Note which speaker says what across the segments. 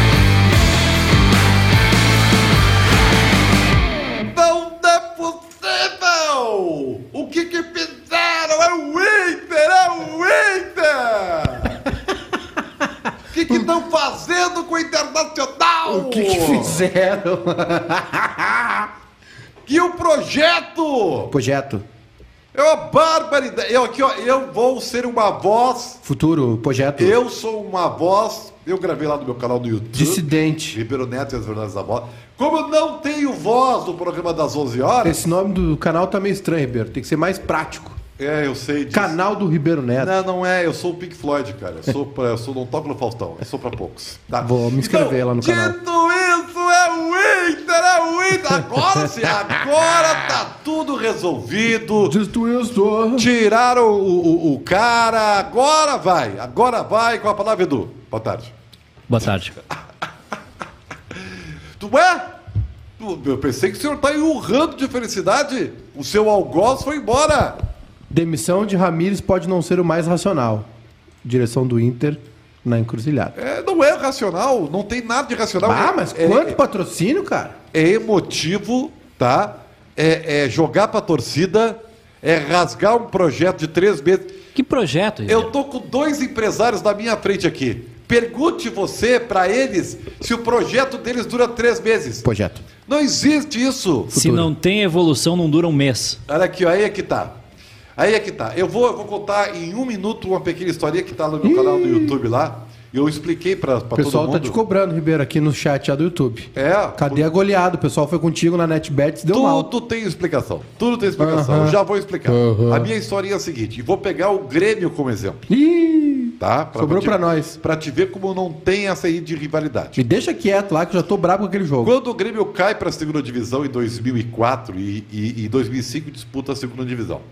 Speaker 1: é É que estão fazendo com o Internacional?
Speaker 2: O que, que fizeram?
Speaker 1: que o projeto
Speaker 2: projeto.
Speaker 1: é uma barbaridade. Eu aqui, ó, eu vou ser uma voz.
Speaker 2: Futuro, projeto.
Speaker 1: Eu sou uma voz. Eu gravei lá no meu canal do YouTube.
Speaker 2: Dissidente.
Speaker 1: Ribeiro Neto e as Verdades da Voz. Como eu não tenho voz no programa das 11 horas,
Speaker 2: Esse nome do canal tá meio estranho, Ribeiro. Tem que ser mais prático.
Speaker 1: é, eu sei disso.
Speaker 2: Canal do Ribeiro Neto.
Speaker 1: Não, não é, eu sou o Pink Floyd, cara. Eu sou, pra, eu sou não toco no Faustão, eu sou pra poucos. tá? Então,
Speaker 2: Vou me inscrever lá no
Speaker 1: dito
Speaker 2: canal.
Speaker 1: isso, é o Inter, é o Inter. Agora sim, agora tá tudo resolvido.
Speaker 2: Diz tu isso.
Speaker 1: Tiraram o, o- o cara, agora vai, agora vai com a palavra Edu. Boa tarde.
Speaker 3: Boa tarde.
Speaker 1: Tu é? Tu- Eu pensei que o senhor tá urrando de felicidade. O seu algoz foi embora.
Speaker 2: Demissão de Ramires pode não ser o mais racional. Direção do Inter na encruzilhada.
Speaker 1: É, não é racional, não tem nada de racional.
Speaker 2: Ah,
Speaker 1: É-
Speaker 2: mas
Speaker 1: é-
Speaker 2: quanto patrocínio, cara?
Speaker 1: é emotivo, tá? É, é jogar pra torcida, é rasgar um projeto de três meses.
Speaker 3: Que projeto,
Speaker 1: Eu
Speaker 3: Ribeiro?
Speaker 1: tô com dois empresários na minha frente aqui. Pergunte você pra eles se o projeto deles dura três meses.
Speaker 2: Projeto.
Speaker 1: Não existe isso.
Speaker 3: Se não tem evolução, não dura um mês.
Speaker 1: Olha aqui, ó, aí é que tá. Aí é que tá. Eu vou, eu vou contar em um minuto uma pequena historinha que tá no meu canal do YouTube lá. Eu expliquei pra, pra
Speaker 2: O
Speaker 1: todo
Speaker 2: pessoal
Speaker 1: mundo.
Speaker 2: tá te cobrando, Ribeiro, aqui no chat já do YouTube.
Speaker 1: É,
Speaker 2: Cadê a goleada? O pessoal foi contigo na NetBets, deu mal.
Speaker 1: Tudo tem explicação. Tudo tem explicação.
Speaker 2: Aham.
Speaker 1: Já vou explicar.
Speaker 2: Aham.
Speaker 1: A minha historinha é a seguinte: e vou pegar o Grêmio como exemplo,
Speaker 2: Ih,
Speaker 1: tá? Pra
Speaker 2: sobrou
Speaker 1: te-
Speaker 2: pra nós.
Speaker 1: Pra te ver como não tem essa aí de rivalidade.
Speaker 2: Me deixa quieto lá que eu já tô brabo com aquele jogo.
Speaker 1: Quando o Grêmio cai para a segunda divisão em 2004 e, e, e 2005 disputa a segunda divisão,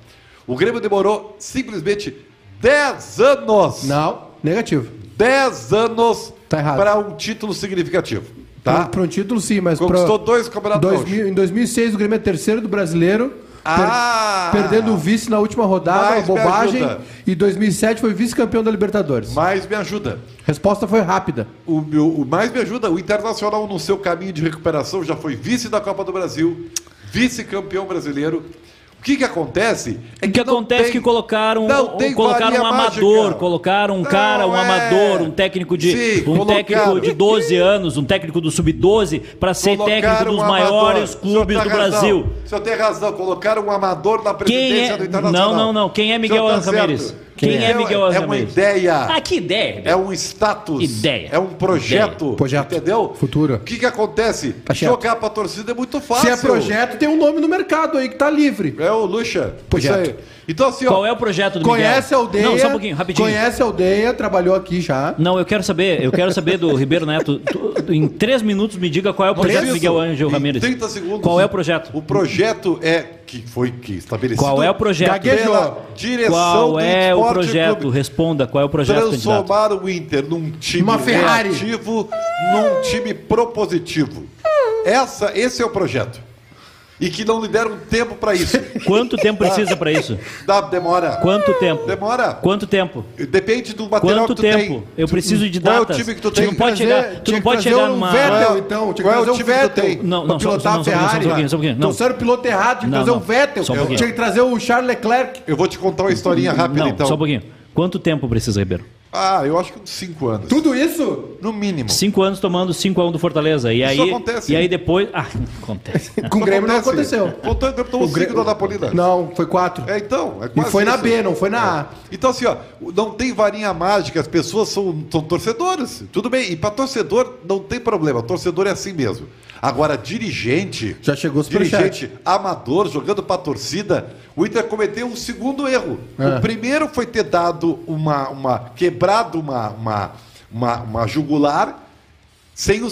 Speaker 1: o Grêmio demorou simplesmente 10 anos.
Speaker 2: Não, negativo.
Speaker 1: 10 anos
Speaker 2: Tá errado.
Speaker 1: para um título significativo, tá?
Speaker 2: Pra, pra um título sim, mas
Speaker 1: Conquistou
Speaker 2: pra...
Speaker 1: dois campeonatos.
Speaker 2: dois
Speaker 1: gaúchos.
Speaker 2: mil- em 2006 o Grêmio é terceiro do brasileiro. per-
Speaker 1: Ah!
Speaker 2: Perdendo o vice na última rodada,
Speaker 1: Mais me
Speaker 2: bobagem.
Speaker 1: ajuda.
Speaker 2: E 2007 foi vice-campeão da Libertadores.
Speaker 1: Mas me ajuda.
Speaker 2: Resposta foi rápida.
Speaker 1: O, meu, o mais me ajuda, o Internacional no seu caminho de recuperação já foi vice da Copa do Brasil, vice-campeão brasileiro. O que, que acontece?
Speaker 3: O que
Speaker 1: não
Speaker 3: acontece é
Speaker 1: tem-
Speaker 3: que colocaram,
Speaker 1: não tem
Speaker 3: colocaram um
Speaker 1: varinha
Speaker 3: amador,
Speaker 1: mágica.
Speaker 3: colocaram um
Speaker 1: Não,
Speaker 3: cara, um
Speaker 1: é.
Speaker 3: amador, um técnico de
Speaker 1: Sim,
Speaker 3: um
Speaker 1: colocaram.
Speaker 3: técnico de 12 anos, um técnico do sub-12 para ser técnico
Speaker 1: Colocaram
Speaker 3: dos
Speaker 1: um
Speaker 3: maiores
Speaker 1: amador.
Speaker 3: clubes
Speaker 1: O senhor
Speaker 3: do
Speaker 1: tem razão.
Speaker 3: Brasil.
Speaker 1: O senhor tem razão, colocaram um amador na
Speaker 3: Quem
Speaker 1: presidência
Speaker 3: é?
Speaker 1: do Internacional.
Speaker 3: Não, não, não. Quem é Miguel
Speaker 1: O senhor tá
Speaker 3: Alves Ramírez?
Speaker 1: certo.
Speaker 3: Quem é Miguel Alves
Speaker 1: É uma
Speaker 3: Ramírez?
Speaker 1: ideia.
Speaker 3: Ah, que ideia. Ribeiro.
Speaker 1: É um status.
Speaker 3: Ideia.
Speaker 1: É um projeto.
Speaker 2: Ideia. Projeto.
Speaker 1: Entendeu?
Speaker 2: Futuro. Tá
Speaker 1: O que, que acontece?
Speaker 2: certo.
Speaker 1: Jogar pra torcida é muito fácil.
Speaker 2: Se é projeto, tem um nome no mercado aí que tá livre.
Speaker 1: É o Lucha.
Speaker 2: Projeto.
Speaker 1: Isso aí. Então, assim, ó.
Speaker 3: Qual é o projeto do
Speaker 2: Conhece a
Speaker 3: Miguel?
Speaker 2: aldeia.
Speaker 3: Não, só um pouquinho, rapidinho.
Speaker 2: Conhece a aldeia, trabalhou aqui já.
Speaker 3: Não, eu quero saber, eu quero saber do Ribeiro Neto. Tu- tu- em três minutos me diga qual é o projeto do
Speaker 1: Isso,
Speaker 3: Miguel Ângelo
Speaker 1: em
Speaker 3: Ramírez.
Speaker 1: 30 segundos.
Speaker 3: Qual é o projeto?
Speaker 1: O projeto é que foi que estabelecido.
Speaker 3: Qual é o projeto?
Speaker 2: Gaguejou.
Speaker 1: Pela direção
Speaker 3: Qual
Speaker 1: do
Speaker 3: é o
Speaker 1: Esporte
Speaker 3: projeto?
Speaker 1: Clube.
Speaker 3: Responda, qual é o projeto, candidato?
Speaker 1: Transformar o Inter num time
Speaker 2: Uma Ferrari.
Speaker 1: reativo, num time propositivo. Essa, esse é o projeto. E que não lhe deram tempo para isso.
Speaker 3: Quanto tempo precisa pra isso?
Speaker 1: Dá, demora.
Speaker 3: Quanto tempo?
Speaker 1: Demora.
Speaker 3: Quanto tempo?
Speaker 1: Depende do material que
Speaker 3: Quanto
Speaker 1: tu
Speaker 3: tempo?
Speaker 1: tem.
Speaker 3: Eu preciso de
Speaker 1: Qual é o
Speaker 3: datas.
Speaker 1: time que tu
Speaker 3: não
Speaker 1: tem?
Speaker 3: pode
Speaker 2: Tinha que
Speaker 3: chegar,
Speaker 2: trazer-
Speaker 3: tu
Speaker 2: tinha
Speaker 3: não
Speaker 2: que
Speaker 3: pode
Speaker 2: trazer
Speaker 3: chegar
Speaker 2: um
Speaker 3: numa
Speaker 2: Vettel,
Speaker 1: Qual é-
Speaker 2: então. Tinha que
Speaker 1: qual é o
Speaker 2: trazer um
Speaker 1: time que tu
Speaker 2: Vettel.
Speaker 1: tem?
Speaker 3: Não,
Speaker 2: pra
Speaker 3: não, só-
Speaker 2: pilotar
Speaker 3: só-
Speaker 2: a
Speaker 3: só um pouquinho, só um
Speaker 2: Ferrari.
Speaker 3: pouquinho, só um pouquinho. Não.
Speaker 2: Trouxeram o piloto errado, tinha que
Speaker 3: Não,
Speaker 2: trazer
Speaker 3: não.
Speaker 2: o Vettel.
Speaker 3: Só um pouquinho.
Speaker 2: tinha que trazer o Charles Leclerc.
Speaker 1: Eu vou te contar uma historinha rápida,
Speaker 3: Não,
Speaker 1: então.
Speaker 3: só um pouquinho. Quanto tempo precisa, Ribeiro?
Speaker 1: Ah, eu acho que uns 5 anos.
Speaker 2: Tudo isso
Speaker 1: No mínimo.
Speaker 3: Cinco anos tomando 5x1 do Fortaleza. E aí,
Speaker 1: acontece.
Speaker 3: E aí depois... Ah, acontece.
Speaker 2: com o Grêmio não
Speaker 1: assim,
Speaker 2: aconteceu.
Speaker 1: Voltando, tomou 5 da Napolina.
Speaker 2: Não, foi quatro.
Speaker 1: É, então. É
Speaker 2: E
Speaker 1: quase
Speaker 2: foi na
Speaker 1: isso.
Speaker 2: B, não foi na A.
Speaker 1: Então, assim, ó, não tem varinha mágica, as pessoas são, são torcedoras. Tudo bem, e para torcedor não tem problema, torcedor é assim mesmo. Agora, dirigente.
Speaker 2: Já chegou o superchat.
Speaker 1: Dirigente amador jogando para torcida, o Inter cometeu um segundo erro.
Speaker 2: É.
Speaker 1: O primeiro foi ter dado uma. uma quebrado uma, uma, uma, uma jugular sem o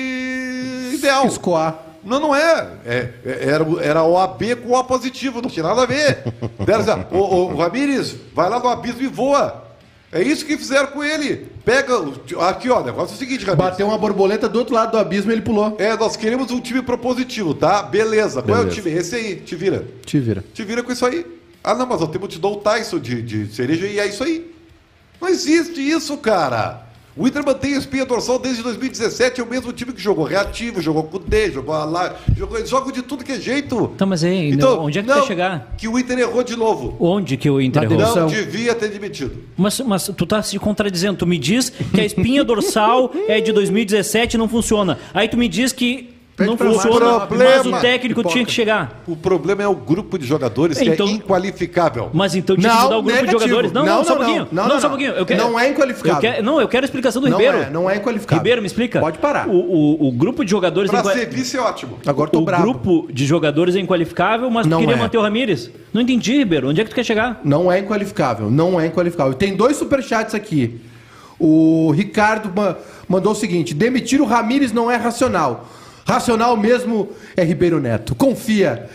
Speaker 1: sangue ideal.
Speaker 2: Escoar.
Speaker 1: Não, não é. É, é- era, o- era o AB com o A positivo, não tinha nada a ver. Deram assim, ó, ô, ô, Ramires, vai lá no abismo e voa. É isso que fizeram com ele. Pega. o- Aqui, ó, o negócio é o seguinte, Ramires.
Speaker 2: Bateu uma borboleta do outro lado do abismo e ele pulou.
Speaker 1: É, nós queremos um time propositivo, tá? Beleza. Qual é o
Speaker 2: Beleza.
Speaker 1: time? Esse aí, te vira.
Speaker 2: Te vira.
Speaker 1: Te vira com isso aí. Ah, não, mas eu tenho te dou o Tyson de, de cereja e é isso aí. Não existe isso, cara. O Inter mantém a espinha dorsal desde 2017, é o mesmo time que jogou reativo, jogou com D, jogou a lá, jogou, eles jogam de tudo que é jeito.
Speaker 3: Então, mas aí, onde é que
Speaker 1: não,
Speaker 3: quer chegar?
Speaker 1: Que o Inter errou de novo.
Speaker 3: Onde que o Inter
Speaker 2: Na
Speaker 3: errou?
Speaker 2: direita.
Speaker 1: Não
Speaker 2: São-
Speaker 1: devia ter demitido.
Speaker 3: Mas, mas tu tá se contradizendo. Tu me diz que a espinha dorsal é de 2017 e não funciona. Aí tu me diz que
Speaker 2: Pede
Speaker 3: não
Speaker 2: pra Márcio
Speaker 3: funciona,
Speaker 1: dar uma pipoca.
Speaker 3: mas o técnico tinha que chegar.
Speaker 1: O problema é o grupo de jogadores que
Speaker 3: Então-
Speaker 1: é inqualificável.
Speaker 3: Mas então tinha que
Speaker 2: Não,
Speaker 3: mudar o grupo
Speaker 2: negativo.
Speaker 3: de jogadores. Não, não,
Speaker 2: Não,
Speaker 3: só um
Speaker 2: não, não.
Speaker 3: pouquinho.
Speaker 2: Não,
Speaker 3: Não,
Speaker 2: não,
Speaker 3: só um
Speaker 2: não.
Speaker 3: pouquinho. Eu quero-
Speaker 2: Não é inqualificável.
Speaker 3: Eu quero- não, eu quero a explicação do
Speaker 2: Não
Speaker 3: Ribeiro.
Speaker 2: é, não é inqualificável.
Speaker 3: Ribeiro, me explica.
Speaker 2: Pode parar.
Speaker 3: O, o- o grupo de jogadores...
Speaker 1: Pra
Speaker 3: inqua-
Speaker 1: ser vice é ótimo.
Speaker 2: Agora tô
Speaker 3: o
Speaker 2: bravo.
Speaker 3: grupo de jogadores é inqualificável, mas tu
Speaker 2: Não
Speaker 3: queria
Speaker 2: é.
Speaker 3: manter o Ramírez. Não entendi, Ribeiro. Onde é que tu quer chegar?
Speaker 2: Não é inqualificável, não é inqualificável. Tem dois superchats aqui. O Ricardo ma- mandou o seguinte: demitir o Ramires não é racional. Racional mesmo é Ribeiro Neto. Confia.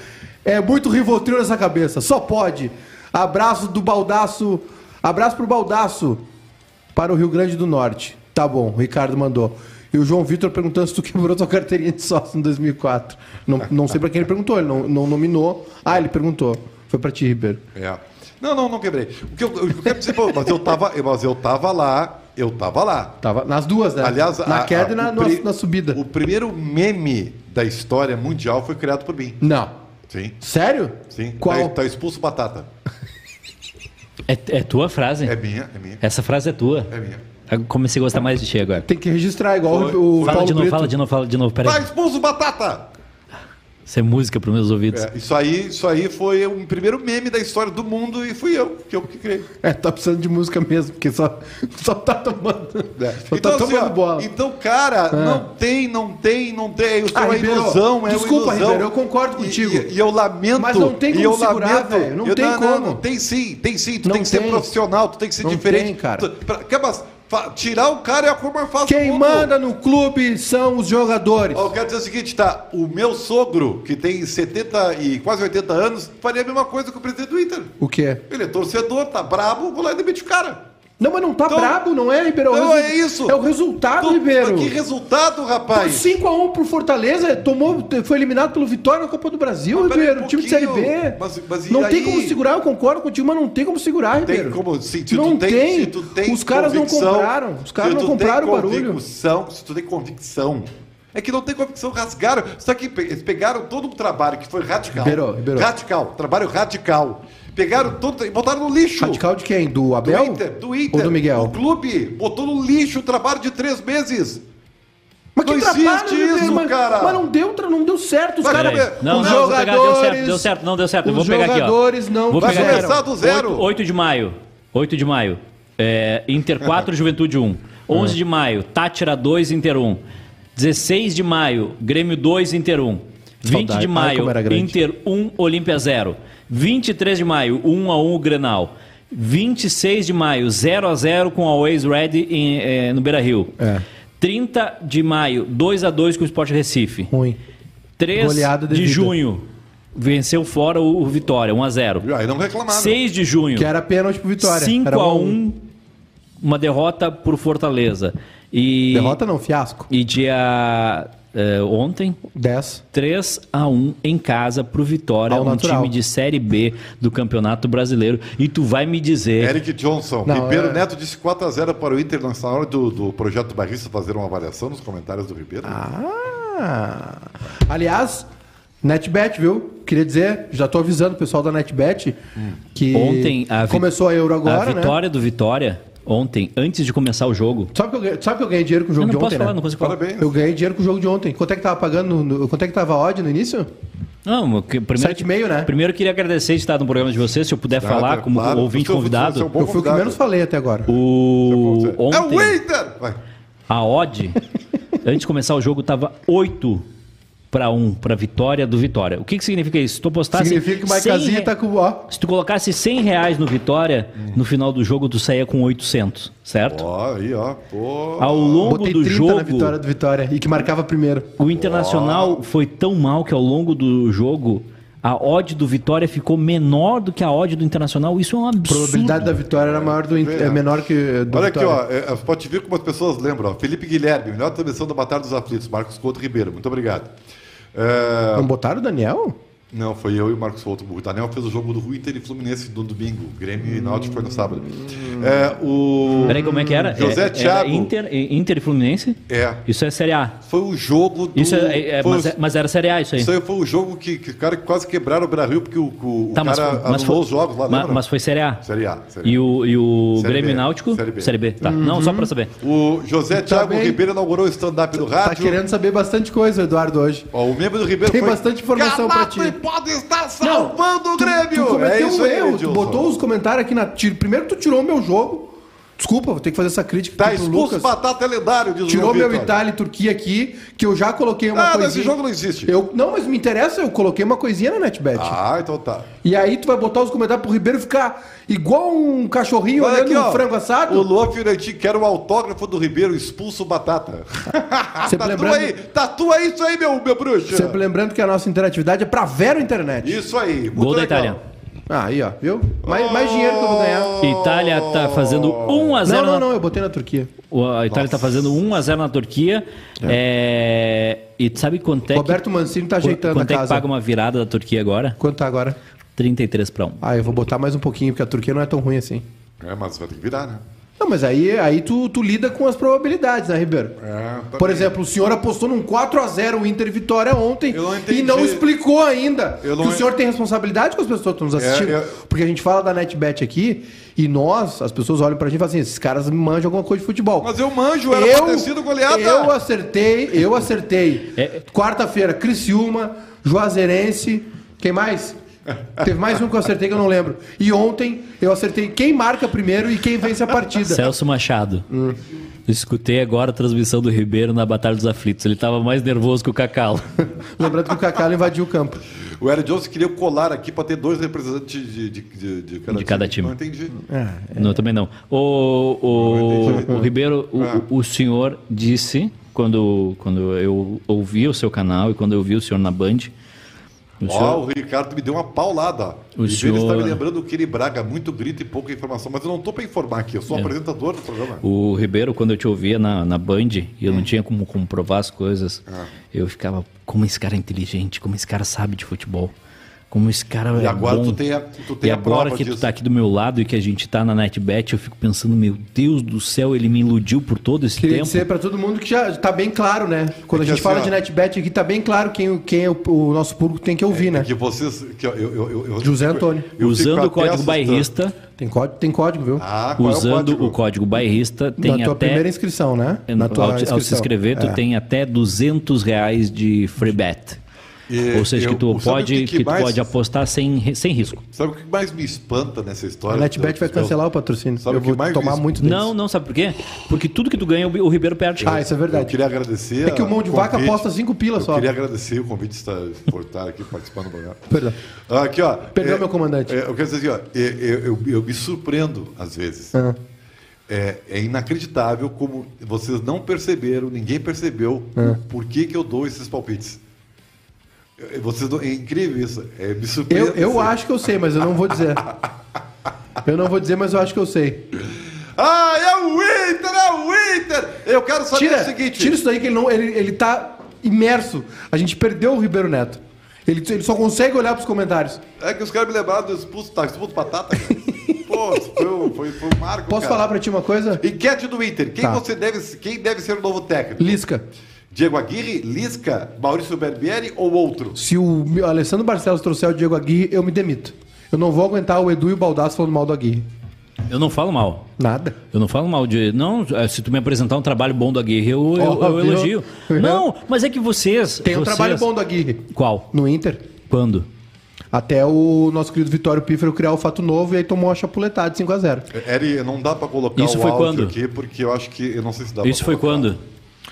Speaker 2: É muito rivotril nessa cabeça. Só pode. Abraço do Baldaço. Abraço pro Baldaço para o Rio Grande do Norte. Tá bom, o Ricardo mandou. E o João Vitor perguntando se tu quebrou tua carteirinha de sócio em 2004. Não, não sei pra quem ele perguntou, ele não, não nominou. Ah, ele perguntou. Foi pra ti, Ribeiro.
Speaker 1: É. Não, não, não quebrei. O que eu, o que eu quero dizer, pô, mas eu tava, mas eu tava lá, eu tava lá.
Speaker 2: Tava nas duas, né?
Speaker 1: Aliás,
Speaker 2: na
Speaker 1: a-
Speaker 2: queda e
Speaker 1: a-
Speaker 2: na,
Speaker 1: o
Speaker 2: na-
Speaker 1: pri-
Speaker 2: na subida.
Speaker 1: O primeiro meme da história mundial foi criado por mim.
Speaker 2: Não.
Speaker 1: Sim.
Speaker 2: Sério?
Speaker 1: Sim.
Speaker 2: Qual?
Speaker 1: Tá, tá expulso batata.
Speaker 3: É, é tua frase.
Speaker 1: É minha, é minha.
Speaker 3: Essa frase é tua.
Speaker 1: É minha.
Speaker 3: Eu comecei a gostar mais de ti agora.
Speaker 2: Tem que registrar, igual
Speaker 1: Foi.
Speaker 2: o, o
Speaker 3: Fala
Speaker 2: Paulo
Speaker 3: de novo,
Speaker 2: Brito.
Speaker 3: fala de novo, fala de novo. Peraí.
Speaker 1: Tá expulso batata!
Speaker 3: Isso é música para meus ouvidos.
Speaker 1: É, isso aí, isso aí foi o primeiro meme da história do mundo e fui eu que eu que criei.
Speaker 2: É, tá precisando de música mesmo, porque só, só tá tomando.
Speaker 1: É.
Speaker 2: Só tá
Speaker 1: assim,
Speaker 2: tomando
Speaker 1: ó,
Speaker 2: bola. É.
Speaker 1: então, cara, não tem, não tem, não tem. Isso
Speaker 2: Ah,
Speaker 1: é uma
Speaker 2: Ribeiro,
Speaker 1: ilusão, é
Speaker 2: desculpa,
Speaker 1: uma ilusão.
Speaker 2: Ribeiro, eu concordo
Speaker 1: E-
Speaker 2: contigo.
Speaker 1: E, e eu lamento.
Speaker 2: Mas não tem
Speaker 1: e
Speaker 2: como
Speaker 1: eu
Speaker 2: segurar,
Speaker 1: lamento,
Speaker 2: velho, não
Speaker 1: eu-
Speaker 2: tem como.
Speaker 1: não, tem sim, tem sim. Tu
Speaker 2: Não
Speaker 1: tem que ser
Speaker 2: tem.
Speaker 1: profissional, tu tem que ser
Speaker 2: Não
Speaker 1: diferente.
Speaker 2: tem, cara.
Speaker 1: Tu- pra- que- mas fa- tirar o cara é a coisa mais fácil do
Speaker 2: Quem
Speaker 1: mundo.
Speaker 2: manda no clube são os jogadores.
Speaker 1: Ó, Eu quero dizer o seguinte, tá? O meu sogro, que tem 70 e quase 80 anos, faria a mesma coisa que o presidente do Inter.
Speaker 2: O quê?
Speaker 1: Ele é torcedor, tá brabo, vou lá e demite o cara.
Speaker 2: Não, mas não tá
Speaker 1: Então-
Speaker 2: brabo, não é, Ribeiro? o
Speaker 1: Não,
Speaker 2: resu-
Speaker 1: é isso.
Speaker 2: É o resultado,
Speaker 1: Tu-
Speaker 2: Ribeiro.
Speaker 1: Que resultado,
Speaker 2: Pô,
Speaker 1: rapaz!
Speaker 2: 5x1 pro Fortaleza, tomou, foi eliminado pelo Vitória na Copa do Brasil,
Speaker 1: Mas pera
Speaker 2: Ribeiro.
Speaker 1: um
Speaker 2: time de Série
Speaker 1: pouquinho.
Speaker 2: B.
Speaker 1: Mas- mas e
Speaker 2: não
Speaker 1: aí?
Speaker 2: tem como segurar, eu concordo contigo, mas não tem como
Speaker 1: Tem
Speaker 2: segurar, Ribeiro.
Speaker 1: como- se tu
Speaker 2: não
Speaker 1: tem-
Speaker 2: tem,
Speaker 1: se tu tem
Speaker 2: Os caras não
Speaker 1: convicção,
Speaker 2: compraram. Os caras
Speaker 1: se
Speaker 2: não
Speaker 1: tu tem
Speaker 2: compraram o barulho.
Speaker 1: convicção, Se tu tem convicção. É que não tem convicção, rasgaram. Só que pe- eles pegaram todo um trabalho que foi radical.
Speaker 2: Ribeiro, Ribeiro.
Speaker 1: Radical, trabalho radical. Pegaram todo e botaram no lixo.
Speaker 2: Radical de quem? Do
Speaker 1: do
Speaker 2: Abel?
Speaker 1: Inter, do Inter.
Speaker 2: Ou do
Speaker 1: O
Speaker 2: Miguel?
Speaker 1: clube botou no lixo o trabalho de três meses.
Speaker 2: Mas
Speaker 1: Não
Speaker 2: trabalho,
Speaker 1: existe
Speaker 2: Ribeiro,
Speaker 1: isso,
Speaker 2: mas,
Speaker 1: cara.
Speaker 2: Mas não deu, tra- não deu certo. Os
Speaker 1: Vai
Speaker 2: caras...
Speaker 1: comer.
Speaker 3: Não,
Speaker 2: os
Speaker 3: não, vou pegar, deu certo, deu certo, não deu certo. Eu
Speaker 2: Os
Speaker 3: vou pegar aqui, ó.
Speaker 2: jogadores não
Speaker 3: vou
Speaker 1: Vai
Speaker 3: pegar
Speaker 2: quiseram.
Speaker 1: começar
Speaker 3: aqui.
Speaker 1: do zero.
Speaker 3: 8, de maio. 8 de maio. É, Inter 4, Juventude 1. 11 de maio, Tátira 2, Inter 1. 16 de maio, Grêmio 2, Inter 1. 20
Speaker 2: Saudade.
Speaker 3: de
Speaker 2: Ai,
Speaker 3: maio,
Speaker 2: como era grande.
Speaker 3: Inter 1, Olímpia 0. 23 de maio, 1 a 1 o Grenal. 26 de maio, 0 a 0 com a Always Red em, eh, no Beira-Rio.
Speaker 2: É.
Speaker 3: 30 de maio, 2 a 2 com o Sport Recife.
Speaker 2: Ruim.
Speaker 3: 3
Speaker 2: Goleada
Speaker 3: de
Speaker 2: devida.
Speaker 3: junho. Venceu fora o o Vitória, 1x0.
Speaker 1: E aí não reclamaram.
Speaker 3: 6 de junho.
Speaker 2: Que era pênalti pro Vitória. Era
Speaker 3: 5x1. Uma derrota pro Fortaleza. E,
Speaker 2: Derrota não, fiasco.
Speaker 3: E dia. eh, ontem,
Speaker 2: 10.
Speaker 3: 3x1 em casa pro Vitória,
Speaker 2: Ao
Speaker 3: um
Speaker 2: natural.
Speaker 3: time de Série B do Campeonato Brasileiro. E tu vai me dizer.
Speaker 1: Eric Johnson.
Speaker 2: Não,
Speaker 1: Ribeiro
Speaker 2: é-
Speaker 1: Neto disse 4x0 para o Inter na hora do, do projeto Barrista fazer uma avaliação nos comentários do Ribeiro.
Speaker 2: Ah! Aliás, NetBet, viu? Queria dizer, já tô avisando o pessoal da NetBet que
Speaker 3: Ontem a vi-
Speaker 2: começou a Euro agora,
Speaker 3: a
Speaker 2: né?
Speaker 3: vitória do Vitória, ontem, antes de começar o jogo.
Speaker 2: Sabe que, eu, ganhei- sabe que eu ganhei dinheiro com o
Speaker 3: Eu
Speaker 2: jogo
Speaker 3: não
Speaker 2: de
Speaker 3: posso
Speaker 2: ontem,
Speaker 3: falar,
Speaker 2: né?
Speaker 3: não consigo falar.
Speaker 1: Parabéns.
Speaker 2: Eu ganhei dinheiro com o jogo de ontem. Quanto é que tava pagando? no- quanto é que tava a odd no início?
Speaker 3: Não, eu que- primeiro,
Speaker 2: Sete e meio, né?
Speaker 3: Primeiro eu queria agradecer de estar no programa de vocês, se eu puder falar
Speaker 1: Nada,
Speaker 3: como
Speaker 1: claro.
Speaker 3: ouvinte
Speaker 1: Você é um- você é
Speaker 3: convidado.
Speaker 1: um bom
Speaker 2: eu fui o que
Speaker 1: convidado.
Speaker 2: menos falei até agora.
Speaker 3: O
Speaker 1: É o
Speaker 3: ontem
Speaker 1: Inter! Vai.
Speaker 3: a odd antes de começar o jogo tava 8 para 1 para vitória do Vitória. O que, que significa isso? Se tu postasse
Speaker 2: Significa que o
Speaker 3: 100
Speaker 2: Maicazinha
Speaker 3: re-
Speaker 2: tá com. Ó,
Speaker 3: Se tu colocasse 100 reais no Vitória, no final do jogo tu saía com 800, certo?
Speaker 1: Ó, aí, ó. Pô.
Speaker 3: Ao longo
Speaker 2: botei
Speaker 3: do
Speaker 2: 30
Speaker 3: jogo,
Speaker 2: na vitória do Vitória e que marcava primeiro.
Speaker 3: O Internacional foi tão mal que ao longo do jogo a odd do Vitória ficou menor do que a odd do Internacional. Isso é um
Speaker 2: A probabilidade
Speaker 3: absurdo.
Speaker 2: da vitória era maior do, Inter- é menor que do
Speaker 1: Olha aqui,
Speaker 2: Vitória.
Speaker 1: ó. é, é, pode ver como as pessoas lembram. ó. Felipe Guilherme, melhor transmissão da Batalha dos Aflitos. Marcos Couto Ribeiro, muito obrigado. É,
Speaker 2: Não botaram o Daniel?
Speaker 1: Não, foi eu e o Marcos Souto. O Daniel fez o jogo do Inter e Fluminense no domingo. Grêmio e Náutico foi no sábado. É, o...
Speaker 3: Peraí, como é que era?
Speaker 1: José
Speaker 3: É- era
Speaker 1: Thiago.
Speaker 3: Inter, Inter e Fluminense?
Speaker 1: É.
Speaker 3: Isso é Série A.
Speaker 1: Foi o jogo do...
Speaker 3: Isso é, é-
Speaker 1: foi
Speaker 3: mas,
Speaker 1: o-
Speaker 3: é- mas era Série A isso aí.
Speaker 1: Isso aí foi o jogo que, que o cara quase quebraram o Brasil, porque o, o, o
Speaker 3: Tá, mas,
Speaker 1: cara
Speaker 3: foi- mas
Speaker 1: anulou
Speaker 3: foi,
Speaker 1: os jogos lá,
Speaker 3: ma- mas,
Speaker 1: lembra?
Speaker 3: foi Série A.
Speaker 1: Série A. Série A.
Speaker 3: E o, e o
Speaker 1: Série
Speaker 3: Grêmio
Speaker 1: B.
Speaker 3: Náutico?
Speaker 1: Série B. Uhum.
Speaker 3: tá. Não, só pra saber.
Speaker 1: O José
Speaker 3: Tá
Speaker 1: Thiago
Speaker 2: bem.
Speaker 1: Ribeiro inaugurou o stand-up do
Speaker 2: Tá
Speaker 1: rádio.
Speaker 2: querendo saber bastante coisa, Eduardo, hoje.
Speaker 1: Ó, o membro do Ribeiro
Speaker 2: Tem
Speaker 1: foi...
Speaker 2: bastante informação pra ti.
Speaker 1: Calato e pode estar salvando o Grêmio!
Speaker 2: Tu cometeu
Speaker 1: é isso
Speaker 2: um
Speaker 1: aí,
Speaker 2: erro, tu
Speaker 1: Edilson.
Speaker 2: botou os comentários aqui na... tiro- Primeiro tu tirou o meu jogo. Desculpa, vou ter que fazer essa crítica
Speaker 1: Tá
Speaker 2: aqui pro
Speaker 1: expulso, batata é lendário, diz o
Speaker 2: Tirou
Speaker 1: João
Speaker 2: meu
Speaker 1: Vitor.
Speaker 2: Itália e Turquia aqui, que eu já coloquei uma
Speaker 1: Ah,
Speaker 2: coisinha.
Speaker 1: mas esse jogo não existe.
Speaker 2: Eu, não, mas me interessa, eu coloquei uma coisinha na NetBet.
Speaker 1: Ah, então tá.
Speaker 2: E aí tu vai botar os comentários pro Ribeiro ficar igual um cachorrinho
Speaker 1: Olha
Speaker 2: olhando
Speaker 1: aqui,
Speaker 2: um
Speaker 1: ó.
Speaker 2: frango
Speaker 1: O
Speaker 2: assado.
Speaker 1: Luan Fiorentino quer o autógrafo do Ribeiro, expulso o batata. tatua
Speaker 2: lembrando-
Speaker 1: aí, tatua isso aí, meu, meu bruxo.
Speaker 2: Sempre lembrando que a nossa interatividade é pra Vero Internet.
Speaker 1: Isso aí. muito
Speaker 3: Gol da
Speaker 1: legal.
Speaker 3: Itália.
Speaker 2: Ah, aí, ó, viu? Mais, mais dinheiro que eu vou ganhar.
Speaker 3: Itália tá fazendo 1 a 0
Speaker 2: Não, não,
Speaker 3: na-
Speaker 2: não, eu botei na Turquia.
Speaker 3: O- A Itália tá fazendo 1 a 0 na Turquia. É, E sabe quanto é
Speaker 2: Roberto Mancini tá
Speaker 3: que...
Speaker 2: ajeitando
Speaker 3: quanto
Speaker 2: a
Speaker 3: é que
Speaker 2: casa.
Speaker 3: paga uma virada da Turquia agora?
Speaker 2: Quanto tá agora?
Speaker 3: 33 para 1.
Speaker 2: Ah, eu vou botar mais um pouquinho, porque a Turquia não é tão ruim assim.
Speaker 1: É, mas vai ter que virar, né?
Speaker 2: Não, mas aí, aí tu, tu lida com as probabilidades, né, Ribeiro?
Speaker 1: É, tá
Speaker 2: Por
Speaker 1: bem.
Speaker 2: exemplo, o senhor apostou num 4x0 o Inter Vitória ontem
Speaker 1: Eu não
Speaker 2: e
Speaker 1: entendi.
Speaker 2: não explicou ainda.
Speaker 1: Eu não
Speaker 2: que o
Speaker 1: en- É,
Speaker 2: senhor tem responsabilidade com as pessoas que estão nos assistindo.
Speaker 1: eu-
Speaker 2: Porque a gente fala da NetBet aqui e nós, as pessoas olham pra gente e falam assim, esses caras manjam alguma coisa de futebol.
Speaker 1: Mas eu manjo, era pra ter sido goleada.
Speaker 2: Eu acertei, eu acertei.
Speaker 3: É.
Speaker 2: Quarta-feira, Criciúma, Juazeirense, quem mais? Teve mais um que eu acertei que eu não lembro. E ontem eu acertei quem marca primeiro e quem vence a partida.
Speaker 3: Celso Machado. Escutei agora a transmissão do Ribeiro na Batalha dos Aflitos. Ele tava mais nervoso que o Cacalo.
Speaker 2: Lembrando que o Cacalo invadiu o campo.
Speaker 1: O Eric Johnson queria colar aqui pra ter dois representantes de, de, de,
Speaker 3: De cada time.
Speaker 1: Não entendi.
Speaker 2: É.
Speaker 3: Não, também não. O, o, o Ribeiro, o,
Speaker 1: Ah.
Speaker 3: o senhor disse, quando, quando eu ouvi o seu canal e quando eu vi o senhor na Band, o
Speaker 1: Ó,
Speaker 3: senhor,
Speaker 1: o Ricardo me deu uma paulada.
Speaker 3: O
Speaker 1: O senhor... está me
Speaker 3: senhor-
Speaker 1: lembrando que ele braga muito grito e pouca informação, mas eu não tô pra informar aqui, eu sou apresentador do programa.
Speaker 3: É. o Ribeiro, quando eu te ouvia na, na Band e eu
Speaker 1: Hum.
Speaker 3: não tinha como comprovar as coisas,
Speaker 1: Ah.
Speaker 3: eu ficava, como esse cara é inteligente, como esse cara sabe de futebol. Como esse cara
Speaker 1: E
Speaker 3: é
Speaker 1: agora
Speaker 3: bom.
Speaker 1: tu tem a- tu tem
Speaker 3: e
Speaker 1: a
Speaker 3: agora
Speaker 1: prova
Speaker 3: que tu
Speaker 1: disso.
Speaker 3: tá aqui do meu lado e que a gente tá na NetBet, eu fico pensando, meu Deus do céu, ele me iludiu por todo esse
Speaker 2: Queria
Speaker 3: tempo.
Speaker 2: dizer pra todo mundo que já tá bem claro, né? Quando a
Speaker 1: É que
Speaker 2: gente fala
Speaker 1: assim,
Speaker 2: de
Speaker 1: ó.
Speaker 2: NetBet aqui, tá bem claro quem, quem é o, o nosso público tem que ouvir, né?
Speaker 1: Que vocês. Que eu, eu, eu, eu-
Speaker 2: José Antônio.
Speaker 1: eu fico
Speaker 3: Usando
Speaker 1: até
Speaker 3: o código
Speaker 1: assustado.
Speaker 3: bairrista,
Speaker 2: Tem código, tem código viu?
Speaker 1: Ah, qual é o
Speaker 3: usando
Speaker 1: código?
Speaker 3: o código bairrista, tem
Speaker 2: Na tua
Speaker 3: até.
Speaker 2: primeira inscrição, né? Na tua
Speaker 3: ao, ao se
Speaker 2: inscrição.
Speaker 3: inscrever, tu
Speaker 2: É.
Speaker 3: tem até 200 reais de free bet.
Speaker 1: E
Speaker 3: Ou seja, que
Speaker 1: eu-
Speaker 3: tu,
Speaker 1: sabe
Speaker 3: pode,
Speaker 1: o que
Speaker 3: que
Speaker 1: que
Speaker 3: tu
Speaker 1: mais-
Speaker 3: pode apostar sem, ri- sem risco.
Speaker 1: Sabe o que mais me espanta nessa
Speaker 2: A
Speaker 1: história?
Speaker 2: NetBet vai
Speaker 1: Meu-
Speaker 2: cancelar o patrocínio.
Speaker 1: Sabe
Speaker 2: eu
Speaker 1: o que
Speaker 2: vou
Speaker 1: mais
Speaker 2: tomar
Speaker 1: isso?
Speaker 2: muito deles.
Speaker 3: Não, não, sabe por quê? Porque tudo que tu ganha, o o Ribeiro perde.
Speaker 2: Ah, isso é
Speaker 1: Eu
Speaker 2: verdade.
Speaker 1: queria agradecer.
Speaker 2: É que o Mão de Vaca
Speaker 1: convite.
Speaker 2: aposta cinco pila
Speaker 1: eu
Speaker 2: só.
Speaker 1: queria agradecer o convite de estar, por estar aqui participando do programa.
Speaker 2: Perdão.
Speaker 1: Ah, Aqui, ó.
Speaker 2: Perdão, meu comandante.
Speaker 1: é, eu quero dizer assim, ó. é, Eu, eu, eu me surpreendo, às vezes.
Speaker 2: Ah.
Speaker 1: É, é inacreditável como vocês não perceberam, ninguém percebeu
Speaker 2: Ah.
Speaker 1: o por que, que eu dou esses palpites. É, Vocês não- é incrível isso. É, me surpreende.
Speaker 2: Eu, eu
Speaker 1: assim.
Speaker 2: acho que eu sei, mas eu não vou dizer. Eu não vou dizer, mas eu acho que eu sei.
Speaker 1: Ah, é o Inter, é o Inter! Eu quero saber
Speaker 2: Tira,
Speaker 1: o seguinte.
Speaker 2: tira isso daí que ele, não, ele, ele tá imerso. A gente perdeu o Ribeiro Neto. Ele, ele só consegue olhar pros comentários.
Speaker 1: É que os caras me lembraram do expulso, tá, expulso batata. cara. Pô, foi, o- foi, foi o Marco.
Speaker 2: Posso
Speaker 1: cara.
Speaker 2: falar pra ti uma coisa?
Speaker 1: Enquete do Inter. Quem,
Speaker 2: Tá.
Speaker 1: você deve, quem deve ser o novo técnico?
Speaker 2: Lisca.
Speaker 1: Diego Aguirre, Lisca, Maurício Berbieri ou outro?
Speaker 2: Se o Alessandro Barcelos trouxer o Diego Aguirre, eu me demito. Eu não vou aguentar o Edu e o Baldasso falando mal do Aguirre.
Speaker 3: Eu não falo mal.
Speaker 2: Nada.
Speaker 3: Eu não falo mal de. Não, eh, se tu me apresentar um trabalho bom do Aguirre, eu, eu,
Speaker 2: Ó,
Speaker 3: eu
Speaker 2: viu?
Speaker 3: elogio.
Speaker 2: Viu?
Speaker 3: Não, mas é que vocês.
Speaker 2: Uhum. Tem um
Speaker 3: vocês-
Speaker 2: trabalho bom do Aguirre.
Speaker 3: Qual?
Speaker 2: No Inter.
Speaker 3: Quando?
Speaker 2: Até o nosso querido Vitório Pífero criar o fato novo e aí tomou uma chapuletada de 5x0.
Speaker 1: Eri, não dá pra colocar
Speaker 3: Isso
Speaker 1: o
Speaker 3: foi
Speaker 1: áudio
Speaker 3: quando?
Speaker 1: aqui, porque eu acho que. Eu não sei se dá
Speaker 3: Isso
Speaker 1: pra
Speaker 3: foi
Speaker 1: colocar.
Speaker 3: quando?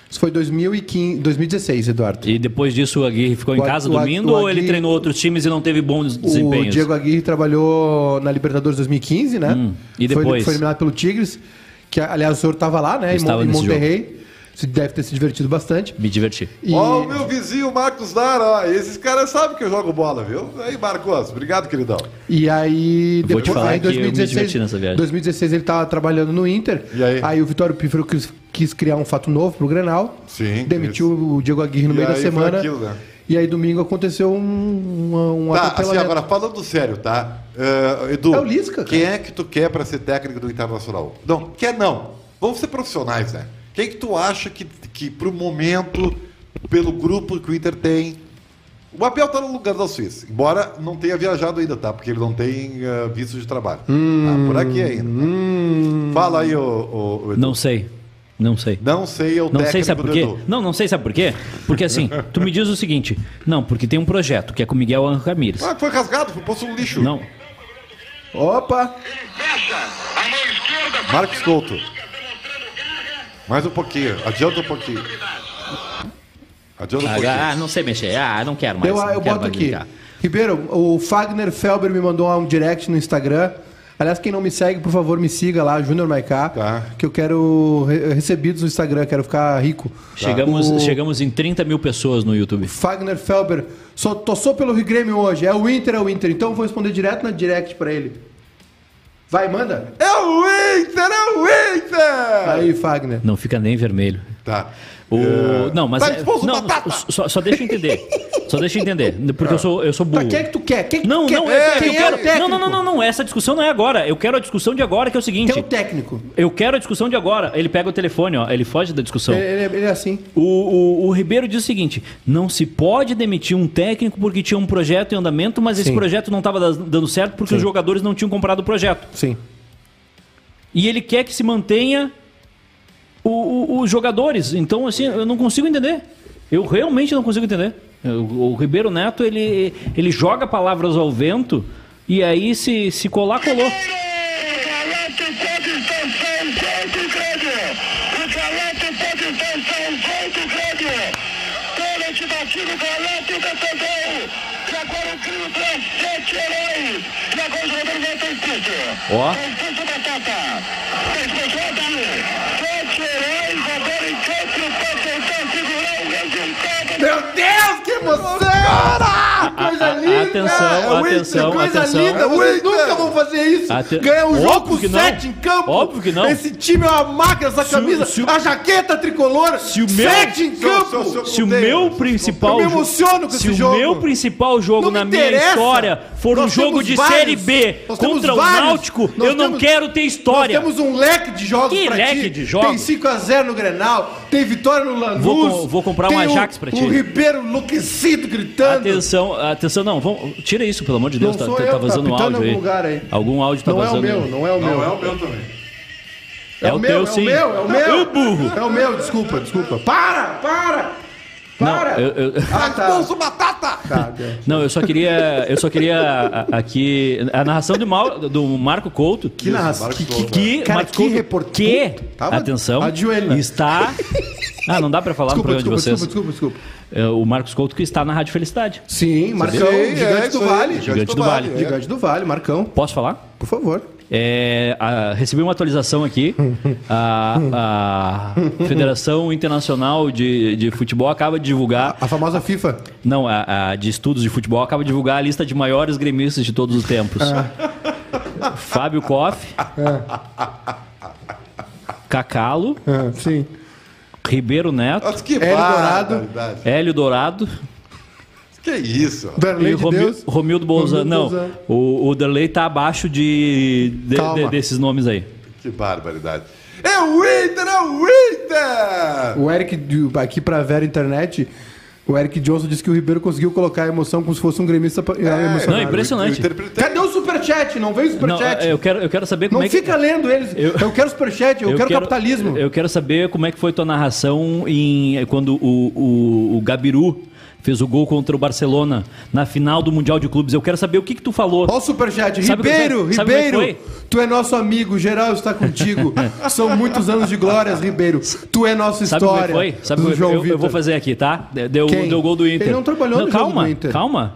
Speaker 2: Isso foi 2015, 2016, Eduardo.
Speaker 3: E depois disso o Aguirre ficou em
Speaker 2: O Ag-
Speaker 3: casa
Speaker 2: o Ag-
Speaker 3: dormindo
Speaker 2: o
Speaker 3: ou ele
Speaker 2: Aguirre-
Speaker 3: treinou outros times e não teve bons
Speaker 2: O
Speaker 3: desempenhos?
Speaker 2: Diego Aguirre trabalhou na Libertadores 2015, né?
Speaker 3: Hum. e
Speaker 2: Foi- Foi,
Speaker 3: depois?
Speaker 2: eliminado pelo Tigres, que aliás o senhor estava lá, né? Em
Speaker 3: Estava
Speaker 2: Mon- em
Speaker 3: nesse
Speaker 2: Monterrey. Se deve ter se divertido bastante.
Speaker 3: Me diverti.
Speaker 2: E-
Speaker 1: Ó, o meu vizinho Marcos Dara, ó, esses caras sabem que eu jogo bola, viu? Aí, Marcos, obrigado, queridão.
Speaker 2: E aí,
Speaker 3: Vou
Speaker 2: depois,
Speaker 3: te falar
Speaker 2: aí
Speaker 3: que eu me diverti nessa viagem.
Speaker 2: 2016 ele tava trabalhando no Inter.
Speaker 1: E aí?
Speaker 2: o Vitório Pífero quis, quis criar um fato novo pro Grenal.
Speaker 1: Sim,
Speaker 2: Demitiu o Diego Aguirre no
Speaker 1: E
Speaker 2: meio da
Speaker 1: aí foi
Speaker 2: semana.
Speaker 1: aquilo, né?
Speaker 2: E aí domingo aconteceu um, uma- um
Speaker 1: Tá, assim,
Speaker 2: atropelamento.
Speaker 1: agora falando sério, tá? Eh, Edu,
Speaker 2: É o Lisca, cara.
Speaker 1: quem é que tu quer pra ser técnico do Internacional? Não, quer não. Vamos ser profissionais, né? Quem que tu acha que, que pro momento, pelo grupo que o Inter tem... O Abel tá no lugar da Suíça, embora não tenha viajado ainda, tá? Porque ele não tem eh, visto de trabalho.
Speaker 2: Hum,
Speaker 1: Tá por aqui ainda. Fala aí, ô, ô, ô Edu.
Speaker 3: Não sei. Não sei.
Speaker 1: Não sei é o
Speaker 3: Não
Speaker 1: técnico
Speaker 3: sei sabe por
Speaker 1: do
Speaker 3: quê.
Speaker 1: Edu.
Speaker 3: Não, não sei sabe por quê. Porque assim, tu me diz o seguinte: não, porque tem um projeto que é com Miguel Anjo Ramírez.
Speaker 1: Ah, foi rasgado, foi posto no lixo.
Speaker 3: Não,
Speaker 2: Opa!
Speaker 4: Fecha a mão esquerda. faz
Speaker 1: Marcos
Speaker 4: sinal do
Speaker 1: Couto.
Speaker 4: Lucas, demonstrando garra.
Speaker 1: Mais um pouquinho, adianta um pouquinho. Adianta um pouquinho.
Speaker 3: Ah, ah, não sei mexer. Ah, não quero mais.
Speaker 2: eu
Speaker 3: não
Speaker 2: eu
Speaker 3: quero
Speaker 2: boto
Speaker 3: mais
Speaker 2: aqui.
Speaker 3: brincar.
Speaker 2: Ribeiro, o Fagner Felber me mandou um direct no Instagram. Aliás, quem não me segue, por favor, me siga lá, Júnior Maiká,
Speaker 1: Tá.
Speaker 2: que eu quero re- recebidos no Instagram, quero ficar rico.
Speaker 3: Chegamos,
Speaker 2: O
Speaker 3: chegamos em 30 mil pessoas no YouTube.
Speaker 2: Fagner Felber, só, tossou pelo Rio Grêmio hoje, é o Inter, é o Inter. Então eu vou responder direto na direct pra ele. Vai, manda.
Speaker 1: É o Inter, é o Inter!
Speaker 2: Aí, Fagner.
Speaker 3: Não fica nem vermelho.
Speaker 1: Tá.
Speaker 3: O...
Speaker 1: É.
Speaker 3: Não, mas.
Speaker 1: Tá
Speaker 3: é-
Speaker 1: expulso
Speaker 3: não,
Speaker 1: batata!
Speaker 3: só, só deixa eu entender. só deixa eu entender. Porque eu sou, eu sou burro.
Speaker 2: Tá, quem é que tu quer? Quem que
Speaker 3: Não,
Speaker 2: tu quer?
Speaker 3: não, é,
Speaker 2: Quem
Speaker 3: eu
Speaker 2: é
Speaker 3: quero-
Speaker 2: o técnico?
Speaker 3: não, não, não, não, não, essa discussão não é agora. Eu quero a discussão de agora, que é o seguinte.
Speaker 2: Quem é o técnico?
Speaker 3: Eu quero a discussão de agora. Ele pega o telefone, ó, ele foge da discussão.
Speaker 2: Ele, ele- ele é assim.
Speaker 3: O, o- o Ribeiro diz o seguinte: não se pode demitir um técnico porque tinha um projeto em andamento, mas esse
Speaker 2: Sim.
Speaker 3: projeto não estava dando certo porque
Speaker 2: Sim.
Speaker 3: os jogadores não tinham comprado o projeto.
Speaker 2: Sim.
Speaker 3: E ele quer que se mantenha o- o- os jogadores. Então, assim, eu não consigo entender. Eu realmente não consigo entender. O, o Ribeiro Neto, ele, ele joga palavras ao vento e aí se, se colar, colou.
Speaker 4: Calante pode pensar um ponto grande. O Calante pode pensar um ponto grande. Pênalti batido, Calante defendeu. E agora o Crio traz sete heróis. E agora o jogador vai ter espírito.
Speaker 3: Ó.
Speaker 4: Tem espírito da Tata. Tem espírito Sete heróis agora em campo para tentar segurar o resultado.
Speaker 2: Meu Deus, que emoção! Cara, coisa linda!
Speaker 3: atenção,
Speaker 2: É o Inter,
Speaker 3: atenção,
Speaker 2: coisa
Speaker 3: atenção. É
Speaker 2: linda! Vocês nunca vão fazer isso!
Speaker 3: Aten-
Speaker 2: Ganhar um
Speaker 3: Óbvio
Speaker 2: jogo
Speaker 3: que
Speaker 2: com
Speaker 3: não.
Speaker 2: sete em campo!
Speaker 3: Óbvio que não.
Speaker 2: Esse time é uma máquina, essa
Speaker 3: o-
Speaker 2: camisa,
Speaker 3: se o-
Speaker 2: a jaqueta tricolor,
Speaker 3: Se o meu-
Speaker 2: sete em
Speaker 1: Seu-
Speaker 2: campo!
Speaker 1: seu- seu-
Speaker 3: Se o
Speaker 1: Não tem,
Speaker 3: meu
Speaker 1: não
Speaker 3: principal
Speaker 2: tem. Eu me
Speaker 3: jo-
Speaker 2: emociono com
Speaker 3: se
Speaker 2: esse
Speaker 3: o
Speaker 2: jogo.
Speaker 3: meu principal
Speaker 2: Não
Speaker 3: jogo
Speaker 2: me
Speaker 3: na minha
Speaker 2: interessa.
Speaker 3: história for
Speaker 2: Nós
Speaker 3: um jogo
Speaker 2: temos
Speaker 3: de
Speaker 2: vários.
Speaker 3: série B
Speaker 2: Nós temos
Speaker 3: contra o
Speaker 2: vários.
Speaker 3: Náutico,
Speaker 2: Nós
Speaker 3: eu não
Speaker 2: temos-
Speaker 3: quero ter história.
Speaker 2: Nós temos um leque de jogos
Speaker 3: Que
Speaker 2: pra
Speaker 3: leque
Speaker 2: ti.
Speaker 3: de jogos?
Speaker 2: Tem 5x0 no Grenal, tem vitória no Lanús.
Speaker 3: Vou com- vou comprar um
Speaker 2: tem
Speaker 3: Ajax pra ti.
Speaker 2: O Ribeiro enlouquecido gritando.
Speaker 3: Atenção, atenção, não, vamos, tira isso, pelo amor de Deus,
Speaker 2: Não
Speaker 3: tá,
Speaker 2: sou
Speaker 3: tá-
Speaker 2: eu,
Speaker 3: tá
Speaker 2: tá
Speaker 3: vazando um
Speaker 2: pitando
Speaker 3: áudio
Speaker 2: em
Speaker 3: aí.
Speaker 2: algum lugar aí.
Speaker 3: Algum áudio tá
Speaker 2: não é o
Speaker 3: vazando.
Speaker 2: meu, não é o meu.
Speaker 1: Não é o meu também.
Speaker 3: É o teu,
Speaker 2: meu,
Speaker 3: sim.
Speaker 2: É o meu, é o meu.
Speaker 3: Eu burro.
Speaker 2: É o meu, desculpa, desculpa. Para, para, para.
Speaker 3: Não, eu- eu-
Speaker 2: Ah, tá.
Speaker 1: Expulso batata!
Speaker 2: Tá, deu.
Speaker 3: Não, eu só queria, eu só queria a- a- aqui a narração do, Mau- do Marco Couto.
Speaker 2: Que narração.
Speaker 1: Marcos
Speaker 2: Que, que,
Speaker 1: Souza.
Speaker 3: que
Speaker 2: Cara,
Speaker 3: Marco
Speaker 2: que
Speaker 3: Couto,
Speaker 2: report-
Speaker 3: que
Speaker 2: Tava-
Speaker 3: atenção,
Speaker 2: ajoelha.
Speaker 3: está Ah, não dá pra falar
Speaker 2: Desculpa,
Speaker 3: no programa
Speaker 2: desculpa,
Speaker 3: de vocês.
Speaker 2: desculpa, desculpa, desculpa.
Speaker 3: É, o Marcos Couto que está na Rádio Felicidade.
Speaker 2: Sim, Marcão,
Speaker 1: Sim, é
Speaker 2: gigante
Speaker 1: isso
Speaker 2: do
Speaker 1: aí,
Speaker 2: Vale.
Speaker 3: Gigante do Vale.
Speaker 1: é.
Speaker 2: Gigante do Vale, Marcão,
Speaker 3: Posso falar?
Speaker 2: por favor.
Speaker 3: É, a- recebi uma atualização aqui. A, a Federação Internacional de, de Futebol acaba de divulgar.
Speaker 2: A famosa FIFA.
Speaker 3: Não, a, a de estudos de futebol acaba de divulgar a lista de maiores gremistas de todos os tempos.
Speaker 2: É.
Speaker 3: Fábio Koff. Cacalo,
Speaker 2: sim.
Speaker 3: Ribeiro Neto,
Speaker 1: Mas que
Speaker 2: Hélio Dourado.
Speaker 1: barbaridade.
Speaker 3: Hélio Dourado
Speaker 1: Que isso?
Speaker 3: e
Speaker 2: Darley de
Speaker 3: Romil-
Speaker 2: Deus.
Speaker 3: Romildo Bolzano.
Speaker 2: Romildo
Speaker 3: Não,
Speaker 2: Bolzano.
Speaker 3: o, o Derlei tá abaixo de, de-
Speaker 2: Calma.
Speaker 3: de- desses nomes aí.
Speaker 1: Que barbaridade. É o Inter, é o Inter!
Speaker 2: O Eric, do- aqui pra Vera Internet, o Eric Johnson disse que o Ribeiro conseguiu colocar a emoção como se fosse um gremista pa-
Speaker 3: Não, é
Speaker 2: emocionado.
Speaker 3: impressionante.
Speaker 1: Eu interpretei.
Speaker 2: Cadê o superchat? Não veio o
Speaker 3: Não,
Speaker 2: superchat?
Speaker 3: eu quero, eu quero saber como
Speaker 2: Não
Speaker 3: é que.
Speaker 2: fica lendo eles. Eu,
Speaker 3: Eu-
Speaker 2: quero superchat, eu, quero, capitalismo.
Speaker 3: Eu quero saber como é que foi tua narração em quando o, o, o Gabiru fez o gol contra o Barcelona na final do Mundial de Clubes. Eu quero saber o que, que tu falou.
Speaker 2: Olha o superchat.
Speaker 3: Sabe o que
Speaker 2: Ribeiro,
Speaker 3: foi? Sabe o que
Speaker 2: Ribeiro, tu é nosso amigo, geral está contigo. São muitos anos de glórias, Ribeiro. Tu é nossa
Speaker 3: Sabe como é que
Speaker 2: história.
Speaker 3: foi?
Speaker 2: do
Speaker 3: Sabe como é que-
Speaker 2: João
Speaker 3: eu, eu
Speaker 2: Vitor.
Speaker 3: vou fazer aqui, tá? Deu,
Speaker 2: Quem?
Speaker 3: deu gol do Inter.
Speaker 2: Ele não trabalhou no jogo
Speaker 3: calma,
Speaker 2: do Inter.
Speaker 3: Calma,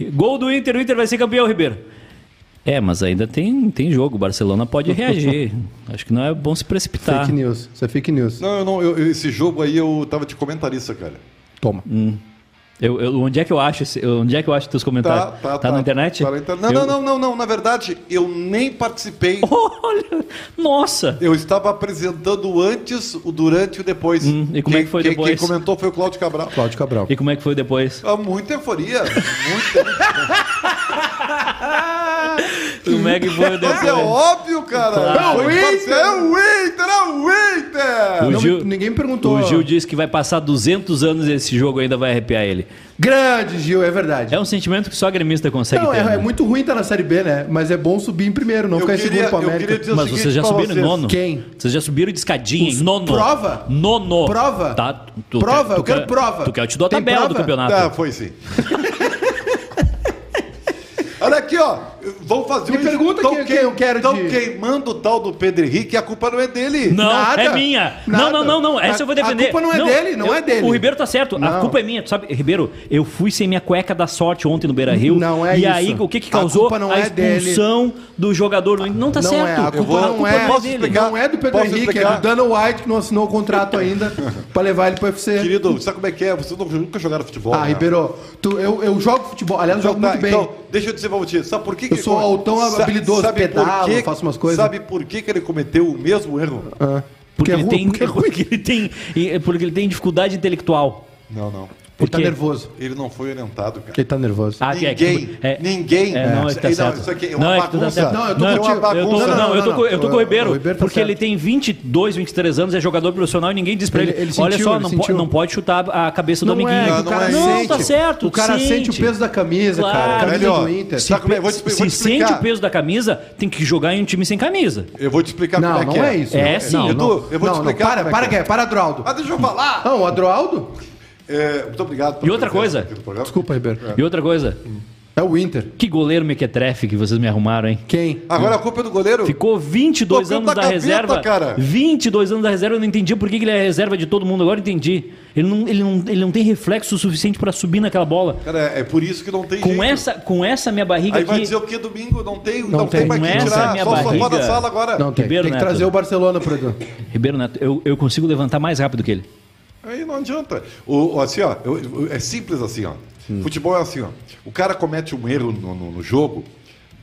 Speaker 3: Gol do Inter, o Inter vai ser campeão, Ribeiro. É, mas ainda tem, tem jogo. O Barcelona pode reagir. Acho que não é bom se precipitar.
Speaker 2: Fake news. Isso é fake news.
Speaker 1: Não, eu não, eu- eu- esse jogo aí eu tava de comentarista, cara.
Speaker 2: Toma.
Speaker 3: Eu, eu- onde é que eu acho esse, onde é que eu acho teus
Speaker 1: Tá,
Speaker 3: comentários?
Speaker 1: tá, tá.
Speaker 3: na internet?
Speaker 1: Tá na inter- Não,
Speaker 3: Eu-
Speaker 1: não, não, não, não. Na verdade, eu nem participei.
Speaker 3: Olha, nossa.
Speaker 1: Eu estava apresentando o antes, o durante e o depois.
Speaker 3: Hum, e como é que foi
Speaker 1: quem,
Speaker 3: depois?
Speaker 1: Quem comentou foi o Cláudio Cabral.
Speaker 2: Cláudio Cabral.
Speaker 3: E como é que foi depois?
Speaker 1: Ah, muita euforia. Muita...
Speaker 3: Como é que foi depois?
Speaker 1: Mas é óbvio, cara.
Speaker 3: Claro.
Speaker 1: Foi parce- É o Inter, é o Inter!
Speaker 3: O
Speaker 2: Não,
Speaker 3: Gil-
Speaker 2: ninguém me perguntou.
Speaker 3: O Gil disse que vai passar 200 anos e esse jogo ainda vai arrepiar ele.
Speaker 2: Grande, Gil, é verdade.
Speaker 3: É um sentimento que só gremista consegue
Speaker 2: Não,
Speaker 3: ter.
Speaker 2: é,
Speaker 3: né?
Speaker 2: é muito ruim estar na Série B, né? Mas é bom subir em primeiro, não
Speaker 1: Eu
Speaker 2: ficar em
Speaker 1: queria-
Speaker 2: segundo pro
Speaker 1: eu
Speaker 2: América.
Speaker 1: queria dizer-
Speaker 3: Mas
Speaker 1: o seguinte
Speaker 3: vocês já
Speaker 1: pra
Speaker 3: subiram em
Speaker 1: vocês.
Speaker 3: nono?
Speaker 2: Quem?
Speaker 3: Vocês já subiram de escadinha, em
Speaker 2: Os-
Speaker 3: nono.
Speaker 2: prova?
Speaker 3: Nono.
Speaker 2: Prova?
Speaker 3: Tá? Tu
Speaker 2: Prova?
Speaker 3: quer- tu
Speaker 2: Eu quero
Speaker 3: quer-
Speaker 2: prova.
Speaker 3: Tu quer eu te dou a
Speaker 2: Tem
Speaker 3: tabela do
Speaker 2: prova?
Speaker 3: campeonato.
Speaker 1: Tá, foi sim. Olha aqui, ó. Vão fazer um
Speaker 2: Me pergunta
Speaker 1: tão
Speaker 2: quem- quem eu quero
Speaker 1: Estão
Speaker 2: de-
Speaker 1: queimando o tal do Pedro Henrique, a culpa não é dele.
Speaker 3: Não,
Speaker 2: Nada,
Speaker 3: é minha. Não,
Speaker 2: nada.
Speaker 3: não, não, não. Essa
Speaker 2: A-
Speaker 3: eu vou defender.
Speaker 2: a culpa não é dele, não
Speaker 3: eu-
Speaker 2: é dele.
Speaker 3: O Ribeiro tá certo. A
Speaker 2: Não.
Speaker 3: culpa é minha. Tu sabe, Ribeiro, eu fui sem minha cueca da sorte ontem no Beira Rio.
Speaker 2: Não é
Speaker 3: E
Speaker 2: isso.
Speaker 3: aí, o que que
Speaker 2: A
Speaker 3: causou?
Speaker 2: culpa não
Speaker 3: a
Speaker 2: é dele.
Speaker 3: expulsão do jogador. do Inter. Não tá
Speaker 2: Não é,
Speaker 3: certo.
Speaker 2: a
Speaker 1: Eu
Speaker 2: culpa,
Speaker 1: vou-
Speaker 2: não, é,
Speaker 1: posso
Speaker 2: dele.
Speaker 1: explicar?
Speaker 2: não é do Pedro
Speaker 1: Posso
Speaker 2: Henrique,
Speaker 1: explicar?
Speaker 2: é do Dana White que não assinou o contrato ainda pra levar ele pro UFC.
Speaker 1: Querido, sabe como é que é? Vocês não- nunca jogaram futebol.
Speaker 2: Ah,
Speaker 1: né?
Speaker 2: Ribeiro, tu, eu, eu jogo futebol, aliás, eu
Speaker 1: Então,
Speaker 2: jogo
Speaker 1: tá,
Speaker 2: muito bem.
Speaker 1: então, deixa eu dizer pra você, sabe por que que
Speaker 2: Eu sou
Speaker 1: ele-
Speaker 2: tão
Speaker 1: Sa-
Speaker 2: habilidoso,
Speaker 1: sabe por
Speaker 2: pedalo,
Speaker 1: que-
Speaker 2: faço umas coisas.
Speaker 1: Sabe por que que ele cometeu o mesmo erro?
Speaker 2: Ah,
Speaker 3: Porque, ele
Speaker 2: ru-
Speaker 3: tem,
Speaker 2: porque é ruim.
Speaker 3: porque ele tem, e- porque ele tem dificuldade intelectual.
Speaker 1: Não, não.
Speaker 2: Ele tá
Speaker 3: quê?
Speaker 2: nervoso.
Speaker 1: Ele não foi orientado, cara.
Speaker 2: Ele tá nervoso.
Speaker 3: Ah, que é, que-
Speaker 1: Ninguém, ninguém.
Speaker 3: É, não, é que tá
Speaker 1: Não,
Speaker 3: certo.
Speaker 1: isso aqui é
Speaker 3: Não,
Speaker 1: uma
Speaker 3: que tu tá
Speaker 1: bagunça.
Speaker 3: certo.
Speaker 2: Não, eu tô
Speaker 3: eu
Speaker 2: contigo.
Speaker 3: eu
Speaker 2: Não,
Speaker 3: tô-
Speaker 2: não,
Speaker 3: Não, eu tô
Speaker 2: não,
Speaker 3: com- eu tô
Speaker 2: não.
Speaker 3: com o
Speaker 2: O
Speaker 3: Ribeiro,
Speaker 2: Ribeiro tá
Speaker 3: porque ele
Speaker 2: certo.
Speaker 3: tem 22, 23 anos, é jogador profissional e ninguém diz pra
Speaker 2: Ele-
Speaker 3: ele,
Speaker 2: ele
Speaker 3: olha
Speaker 2: sentiu,
Speaker 3: só,
Speaker 2: ele
Speaker 3: não,
Speaker 2: sentiu.
Speaker 3: po- não pode chutar a cabeça do amiguinho.
Speaker 2: que
Speaker 1: Não,
Speaker 2: o cara
Speaker 1: não é.
Speaker 2: sente.
Speaker 3: tá certo.
Speaker 2: O cara sente, o peso da camisa,
Speaker 3: Claro.
Speaker 2: cara. A camisa
Speaker 1: Velho, ó,
Speaker 2: do Inter.
Speaker 1: sabe como é? Vou te-
Speaker 3: Se
Speaker 1: vou te
Speaker 3: sente
Speaker 1: explicar.
Speaker 3: o peso da camisa, tem que jogar em um time sem camisa.
Speaker 1: Eu vou te explicar
Speaker 2: Não,
Speaker 1: como é
Speaker 2: não
Speaker 1: que
Speaker 2: é isso.
Speaker 3: É
Speaker 2: não.
Speaker 3: sim.
Speaker 2: Não,
Speaker 1: Edu,
Speaker 2: não.
Speaker 1: eu vou te
Speaker 2: Não, não,
Speaker 1: explicar como
Speaker 2: Para,
Speaker 1: é
Speaker 2: para
Speaker 1: que
Speaker 2: que
Speaker 1: é.
Speaker 2: é? Para, Adroaldo.
Speaker 1: Ah, deixa eu falar.
Speaker 2: Não, o Adroaldo
Speaker 1: É, muito obrigado. pela
Speaker 3: E outra
Speaker 1: presença
Speaker 3: coisa.
Speaker 1: aqui no programa.
Speaker 2: Desculpa, Ribeiro.
Speaker 3: E outra coisa,
Speaker 2: É o Inter.
Speaker 3: que goleiro mequetrefe que vocês me arrumaram, hein?
Speaker 2: Quem?
Speaker 1: Agora a culpa é do goleiro.
Speaker 3: Ficou 22
Speaker 1: Tocando
Speaker 3: anos da
Speaker 1: na gaveta,
Speaker 3: reserva.
Speaker 1: cara.
Speaker 3: 22 anos da reserva, eu não entendi por que que ele é reserva de todo mundo. Agora eu entendi. Ele não, ele não, ele não tem reflexo suficiente pra subir naquela bola.
Speaker 1: Cara, é por isso que não tem
Speaker 3: Com
Speaker 1: jeito.
Speaker 3: essa, com essa minha barriga
Speaker 1: Aí vai
Speaker 3: aqui.
Speaker 1: dizer o que domingo? Não tem, não,
Speaker 2: tem.
Speaker 1: tem, pra
Speaker 3: Com
Speaker 1: quem
Speaker 3: essa
Speaker 1: tirar.
Speaker 3: minha
Speaker 1: Só só fora
Speaker 3: barriga.
Speaker 1: da sala agora.
Speaker 2: Não, né? tem,
Speaker 3: Ribeiro
Speaker 2: tem que
Speaker 3: Neto.
Speaker 2: trazer o Barcelona pro Edu.
Speaker 3: Ribeiro Neto, eu, eu consigo levantar mais rápido que ele.
Speaker 1: Aí não adianta. O, o- assim, ó, eu- eu- é simples assim, ó.
Speaker 2: Hum.
Speaker 1: Futebol é assim, ó. O cara comete um erro no, no- no jogo,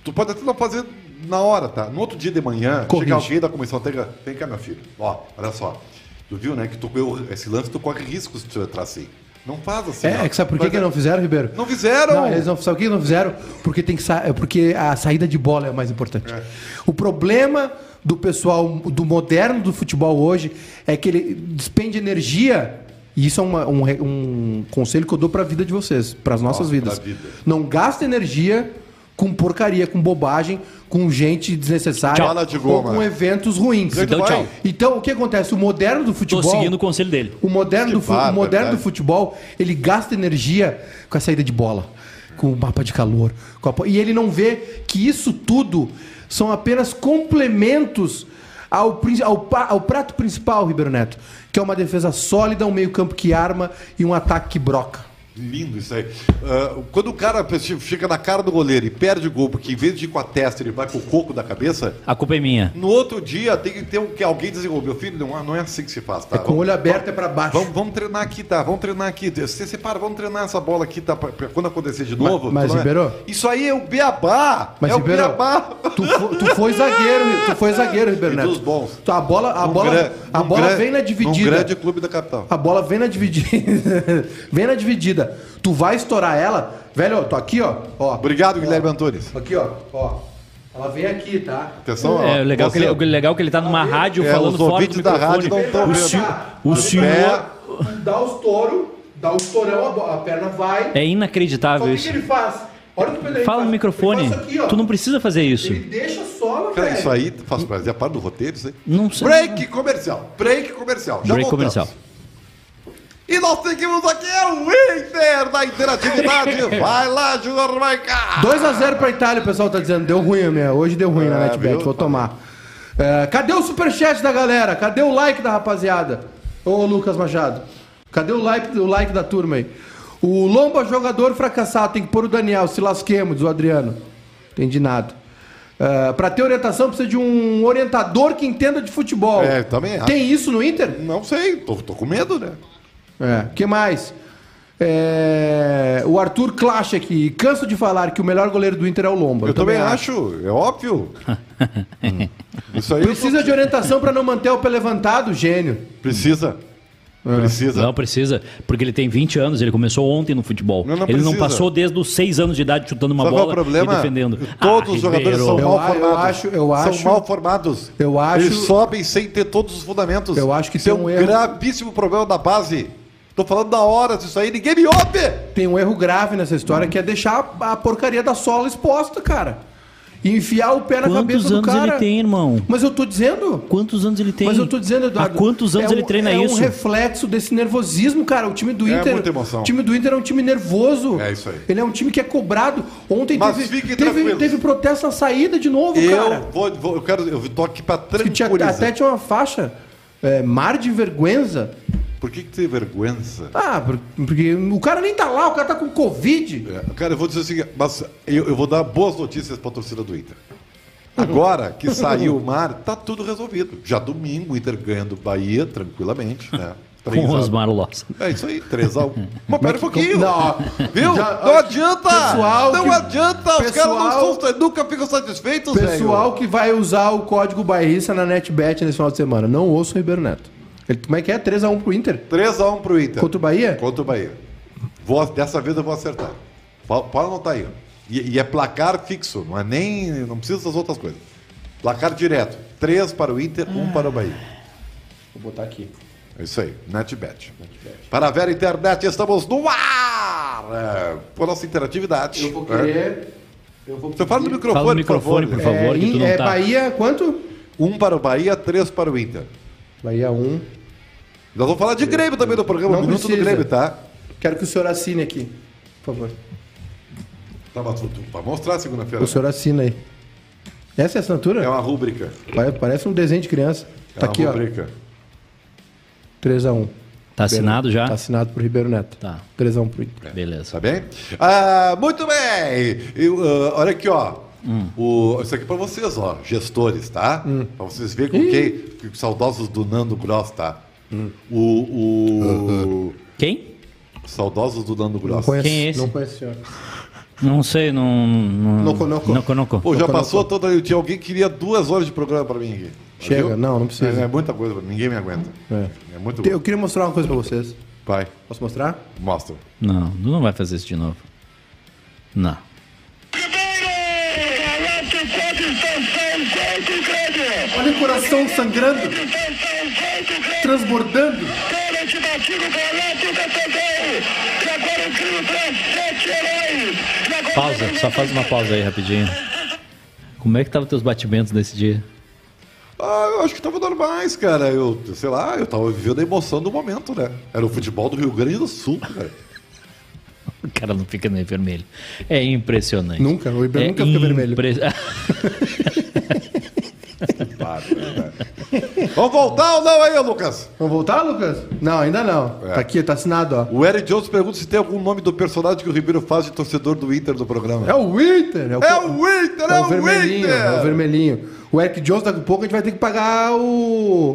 Speaker 1: tu pode até não fazer na hora, tá? No outro dia de manhã,
Speaker 2: Corrige.
Speaker 1: chega alguém da comissão técnica, vem cá, meu filho. Ó, olha só. Tu viu, né, que tu, eu, esse lance tu corre riscos de tu entrar assim. Não faz assim. ó.
Speaker 2: É, é que sabe por que,
Speaker 1: Mas-
Speaker 2: que não fizeram, Ribeiro?
Speaker 1: Não fizeram.
Speaker 2: Não, eles não, sabe o que não fizeram? Porque, tem que sa- é porque a saída de bola é o mais importante. O problema do pessoal, do moderno do futebol hoje, é que ele despende energia. E isso é uma- um, re- um conselho que eu dou pra vida de vocês, pras nossas
Speaker 1: Ó,
Speaker 2: vidas.
Speaker 1: pra vida.
Speaker 2: Não gasta energia com porcaria, com bobagem, com gente desnecessária
Speaker 1: Fala de
Speaker 2: ou
Speaker 1: goma.
Speaker 2: com eventos ruins.
Speaker 1: Então,
Speaker 2: Então,
Speaker 1: tchau.
Speaker 2: Então, o que acontece? O moderno do
Speaker 3: Tô
Speaker 2: futebol.
Speaker 3: seguindo o conselho dele.
Speaker 2: O moderno,
Speaker 1: Que
Speaker 2: do, fu-
Speaker 1: barba,
Speaker 2: o moderno do
Speaker 1: verdade.
Speaker 2: futebol, ele gasta energia com a saída de bola, com o mapa de calor. com a po- E ele não vê que isso tudo são apenas complementos ao, prin- ao pa- ao prato principal, Ribeiro Neto, que é uma defesa sólida, um meio-campo que arma e um ataque que broca.
Speaker 1: Lindo isso aí. Ah, quando o cara fica na cara do goleiro e perde o gol, porque em vez de ir com a testa, ele vai com o coco da cabeça,
Speaker 3: A culpa é minha.
Speaker 1: No outro dia tem que ter um, que alguém dizer, ô meu filho, não, não é assim que se faz, tá?
Speaker 2: É com o olho aberto é pra baixo.
Speaker 1: Vamos, vamos treinar aqui, tá? Vamos treinar aqui. Você separa, vamos treinar essa bola aqui, tá? Pra, pra quando acontecer de novo.
Speaker 2: mas,
Speaker 1: tu não é-
Speaker 2: Ribeiro?
Speaker 1: Isso aí é o beabá!
Speaker 2: Mas,
Speaker 1: é
Speaker 2: Ribeiro,
Speaker 1: o beabá!
Speaker 2: tu, fo- tu foi zagueiro, tu foi zagueiro, Ribeiro
Speaker 1: E
Speaker 2: Neto.
Speaker 1: dos bons.
Speaker 2: Tu- A bola, a
Speaker 1: Num
Speaker 2: bola,
Speaker 1: gran-
Speaker 2: a
Speaker 1: num
Speaker 2: bola
Speaker 1: gran-
Speaker 2: vem na dividida.
Speaker 1: Num um grande clube da capital.
Speaker 2: A bola vem na dividida. vem na dividida. Tu vai estourar ela. Velho, ó, tô aqui, ó. ó
Speaker 1: Obrigado,
Speaker 2: Ó,
Speaker 1: Guilherme Antunes.
Speaker 2: Aqui, ó. ó. Ela vem aqui, tá?
Speaker 1: Atenção,
Speaker 3: É
Speaker 1: Então, ó,
Speaker 3: legal, que
Speaker 1: você-
Speaker 3: ele, o legal que ele tá numa rádio
Speaker 1: É,
Speaker 3: falando
Speaker 1: os
Speaker 3: fora do
Speaker 1: ouvintes da
Speaker 3: microfone.
Speaker 1: rádio não tão
Speaker 3: o,
Speaker 1: vendo.
Speaker 3: se- o
Speaker 2: Ela vem
Speaker 3: senhor.
Speaker 2: pra cá, Dá o estouro, dá o estourão, a, bo- a perna vai.
Speaker 3: É
Speaker 2: Só
Speaker 3: inacreditável
Speaker 2: que o que,
Speaker 3: isso.
Speaker 2: ele faz? Olha o que o Pedro Henrique
Speaker 3: Fala
Speaker 2: faz.
Speaker 3: no microfone.
Speaker 2: Ele faz isso aqui, ó.
Speaker 3: Tu não precisa fazer isso.
Speaker 2: Ele
Speaker 1: um
Speaker 2: deixa só na
Speaker 1: Cara,
Speaker 2: velho.
Speaker 1: isso aí faz parte, é parte do roteiro, isso aí.
Speaker 3: Não sei.
Speaker 1: Break comercial, break comercial. Já
Speaker 3: Break
Speaker 1: voltamos.
Speaker 3: comercial.
Speaker 1: E nós seguimos aqui, é o Inter da Interatividade. Vai lá, Júnior Maica!
Speaker 2: 2x0 pra Itália, o pessoal tá dizendo. Deu ruim, minha. Hoje deu ruim
Speaker 1: É,
Speaker 2: na NetBet,
Speaker 1: viu?
Speaker 2: vou tomar. É, cadê o superchat da galera? Cadê o like da rapaziada? Ô, Lucas Machado. Cadê o like, o like da turma aí? O Lomba, jogador fracassado, tem que pôr o Daniel. Se lasquemos, diz o Adriano. Entendi nada. É, pra ter orientação, precisa de um orientador que entenda de futebol.
Speaker 1: É, também acho.
Speaker 2: Tem isso no Inter?
Speaker 1: Não sei, tô, tô com medo, né?
Speaker 2: É. O que mais? É, o Arthur Clash aqui. Canso de falar que o melhor goleiro do Inter é o Lomba.
Speaker 1: Eu, também, acho, é óbvio. Hum. Isso aí eu
Speaker 2: Precisa de orientação para não manter o pé levantado, gênio.
Speaker 1: sou- precisa.
Speaker 2: É.
Speaker 1: Precisa.
Speaker 3: Não precisa, porque ele tem 20 anos, ele começou ontem no futebol.
Speaker 1: Não, não
Speaker 3: ele não
Speaker 1: precisa.
Speaker 3: passou desde os 6 anos de idade chutando uma
Speaker 1: Sabe qual é
Speaker 3: bola
Speaker 1: o problema?
Speaker 3: e defendendo.
Speaker 1: Todos
Speaker 3: Ah,
Speaker 1: os jogadores
Speaker 3: Ribeiro.
Speaker 1: são
Speaker 2: Eu
Speaker 1: mal
Speaker 2: a- eu
Speaker 1: formados.
Speaker 2: acho- eu acho-
Speaker 1: são mal formados.
Speaker 2: eu acho-
Speaker 1: Eles sobem sem ter todos os fundamentos.
Speaker 2: Eu acho que
Speaker 1: Isso é
Speaker 2: tem um
Speaker 1: um
Speaker 2: erro.
Speaker 1: gravíssimo problema da base. Tô falando da horas isso aí, ninguém me ouve!
Speaker 2: Tem um erro grave nessa história que é deixar a a porcaria da sola exposta, cara. E enfiar o pé na
Speaker 3: Quantos
Speaker 2: cabeça do
Speaker 3: anos
Speaker 2: cara.
Speaker 3: ele tem, irmão?
Speaker 2: Mas eu tô dizendo.
Speaker 3: Quantos anos ele tem?
Speaker 2: Mas eu tô dizendo, Eduardo.
Speaker 3: Há quantos anos
Speaker 2: é
Speaker 3: ele
Speaker 2: um-
Speaker 3: treina isso?
Speaker 2: É um reflexo desse nervosismo, cara. O time do
Speaker 1: É
Speaker 2: Inter.
Speaker 1: muita emoção.
Speaker 2: O time do Inter é um time nervoso.
Speaker 1: É isso aí.
Speaker 2: Ele é um time que é cobrado. Ontem
Speaker 1: Mas
Speaker 2: teve,
Speaker 1: fiquem
Speaker 2: teve,
Speaker 1: tranquilos.
Speaker 2: teve protesto na saída de novo, cara.
Speaker 1: Eu vou, vou- eu quero, eu tô aqui pra
Speaker 2: Que tinha,
Speaker 1: tranquilizar.
Speaker 2: até tinha uma faixa. é, mar de vergüenza.
Speaker 1: Por que que tem vergonha?
Speaker 2: Ah, por- porque o cara nem tá lá, o cara tá com Covid.
Speaker 1: É, Cara, eu vou dizer o seguinte, mas eu, eu vou dar boas notícias pra torcida do Inter. Agora que saiu o mar, tá tudo resolvido. Já domingo, o Inter ganhando Bahia tranquilamente, né?
Speaker 3: Com
Speaker 1: Três
Speaker 3: o Tá
Speaker 1: a-
Speaker 3: Osmar Lopes.
Speaker 1: É isso aí, 3x1. Mas pera um pouquinho.
Speaker 2: Não, ó.
Speaker 1: Viu?
Speaker 2: Já-
Speaker 1: não adianta.
Speaker 2: Pessoal
Speaker 1: não
Speaker 2: que-
Speaker 1: adianta. Os caras não
Speaker 2: pessoal-
Speaker 1: são- nunca ficam satisfeitos,
Speaker 2: Pessoal que vai usar o código bairrista na NetBet nesse final de semana. Não ouça o Ribeiro Neto. Ele, como é que é? 3x1 pro Inter?
Speaker 1: velho. 3x1 pro Inter.
Speaker 2: Contra o Bahia?
Speaker 1: Contra o Bahia. Vou- dessa vez eu vou acertar. Po- Pode anotar aí. E, e é placar fixo, não é nem. Não precisa das outras coisas. Placar direto. 3 para o Inter, 1 para o Bahia.
Speaker 2: Vou botar aqui.
Speaker 1: É isso aí, NetBet. Para a Vera Internet, estamos no ar! É, com a nossa interatividade.
Speaker 2: Eu vou
Speaker 1: É.
Speaker 2: querer. Eu vou
Speaker 1: Você fala no microfone,
Speaker 3: Fala no microfone,
Speaker 1: por
Speaker 3: por
Speaker 1: favor.
Speaker 3: favor.
Speaker 2: é,
Speaker 3: que
Speaker 2: em-
Speaker 3: tu não
Speaker 2: é
Speaker 3: tá.
Speaker 2: Bahia quanto?
Speaker 1: Um para o Bahia, três para o Inter.
Speaker 2: Bahia 1.
Speaker 1: Nós vamos falar de Grêmio também no programa,
Speaker 2: Não
Speaker 1: o minuto
Speaker 2: precisa.
Speaker 1: do Grêmio, tá?
Speaker 2: Quero que o senhor assine aqui, por favor.
Speaker 1: Tá, mas tu- tu- pra mostrar segunda-feira.
Speaker 2: O senhor assina aí. Essa é a assinatura?
Speaker 1: É uma rúbrica.
Speaker 2: Pare- Parece um desenho de criança.
Speaker 1: É
Speaker 2: Tá
Speaker 1: uma
Speaker 2: aqui, ó.
Speaker 1: rúbrica.
Speaker 2: 3x1.
Speaker 3: Tá assinado já?
Speaker 2: Tá assinado pro Ribeiro Neto.
Speaker 3: Tá.
Speaker 2: 3x1 pro Inter.
Speaker 3: Beleza.
Speaker 1: Tá bem? Ah, muito bem! Eu, ah, olha aqui, ó. O, isso aqui é pra vocês, ó, gestores, tá?
Speaker 2: Hum.
Speaker 1: Pra vocês verem com quem. que Saudosos do Nando Gross, tá?
Speaker 2: Hum.
Speaker 1: O, o-
Speaker 3: Quem?
Speaker 1: Saudosos do Nando Gross.
Speaker 2: Conheço-
Speaker 3: Quem é esse?
Speaker 2: Não conheço o senhor.
Speaker 3: Não sei, não. Não,
Speaker 2: Noco, noco.
Speaker 3: Noco, noco.
Speaker 1: Pô, já
Speaker 2: Colocou,
Speaker 1: passou toda. Eu tinha alguém que queria duas horas de programa pra mim aqui.
Speaker 2: Chega,
Speaker 1: Viu?
Speaker 2: não, não precisa.
Speaker 1: É, é muita coisa, pra mim, ninguém me aguenta. É, muito
Speaker 2: Eu queria mostrar uma coisa pra vocês.
Speaker 1: Vai,
Speaker 2: Posso mostrar?
Speaker 1: mostra.
Speaker 3: Não, tu não vai fazer isso de novo. Não.
Speaker 4: Ribeiro! Galato pode estampar um gol do Grêmio!
Speaker 2: Olha o coração sangrando,
Speaker 4: Estampar um gol do Grêmio!
Speaker 2: transbordando.
Speaker 4: Cara de batido, Galato defendeu! E
Speaker 5: Pra
Speaker 4: agora o Grêmio traz sete heróis! E agora o
Speaker 3: Pausa,
Speaker 4: Grêmio
Speaker 3: só faz uma pausa aí rapidinho. Como é que tava teus batimentos nesse dia?
Speaker 1: Ah, eu acho que tava normais, cara. Eu, sei lá, eu tava vivendo a emoção do momento, né? Era o futebol do Rio Grande do Sul, cara.
Speaker 3: O cara não fica nem vermelho. É impressionante.
Speaker 2: Nunca, o
Speaker 3: É
Speaker 2: Ribeiro nunca fica vermelho.
Speaker 3: vermelho.
Speaker 1: né, Vamos voltar ou não aí, ô Lucas?
Speaker 2: Vamos voltar, Lucas? Não, ainda não.
Speaker 1: É.
Speaker 2: Tá aqui, tá assinado, ó.
Speaker 1: O Eric Jones pergunta se tem algum nome do personagem que o Ribeiro faz de torcedor do Inter do programa.
Speaker 2: É o Inter!
Speaker 1: É o Inter, é,
Speaker 2: É
Speaker 1: o
Speaker 2: o vermelhinho,
Speaker 1: Inter!
Speaker 2: é o vermelhinho. O Eric Jones, daqui a pouco, a gente vai ter que pagar o,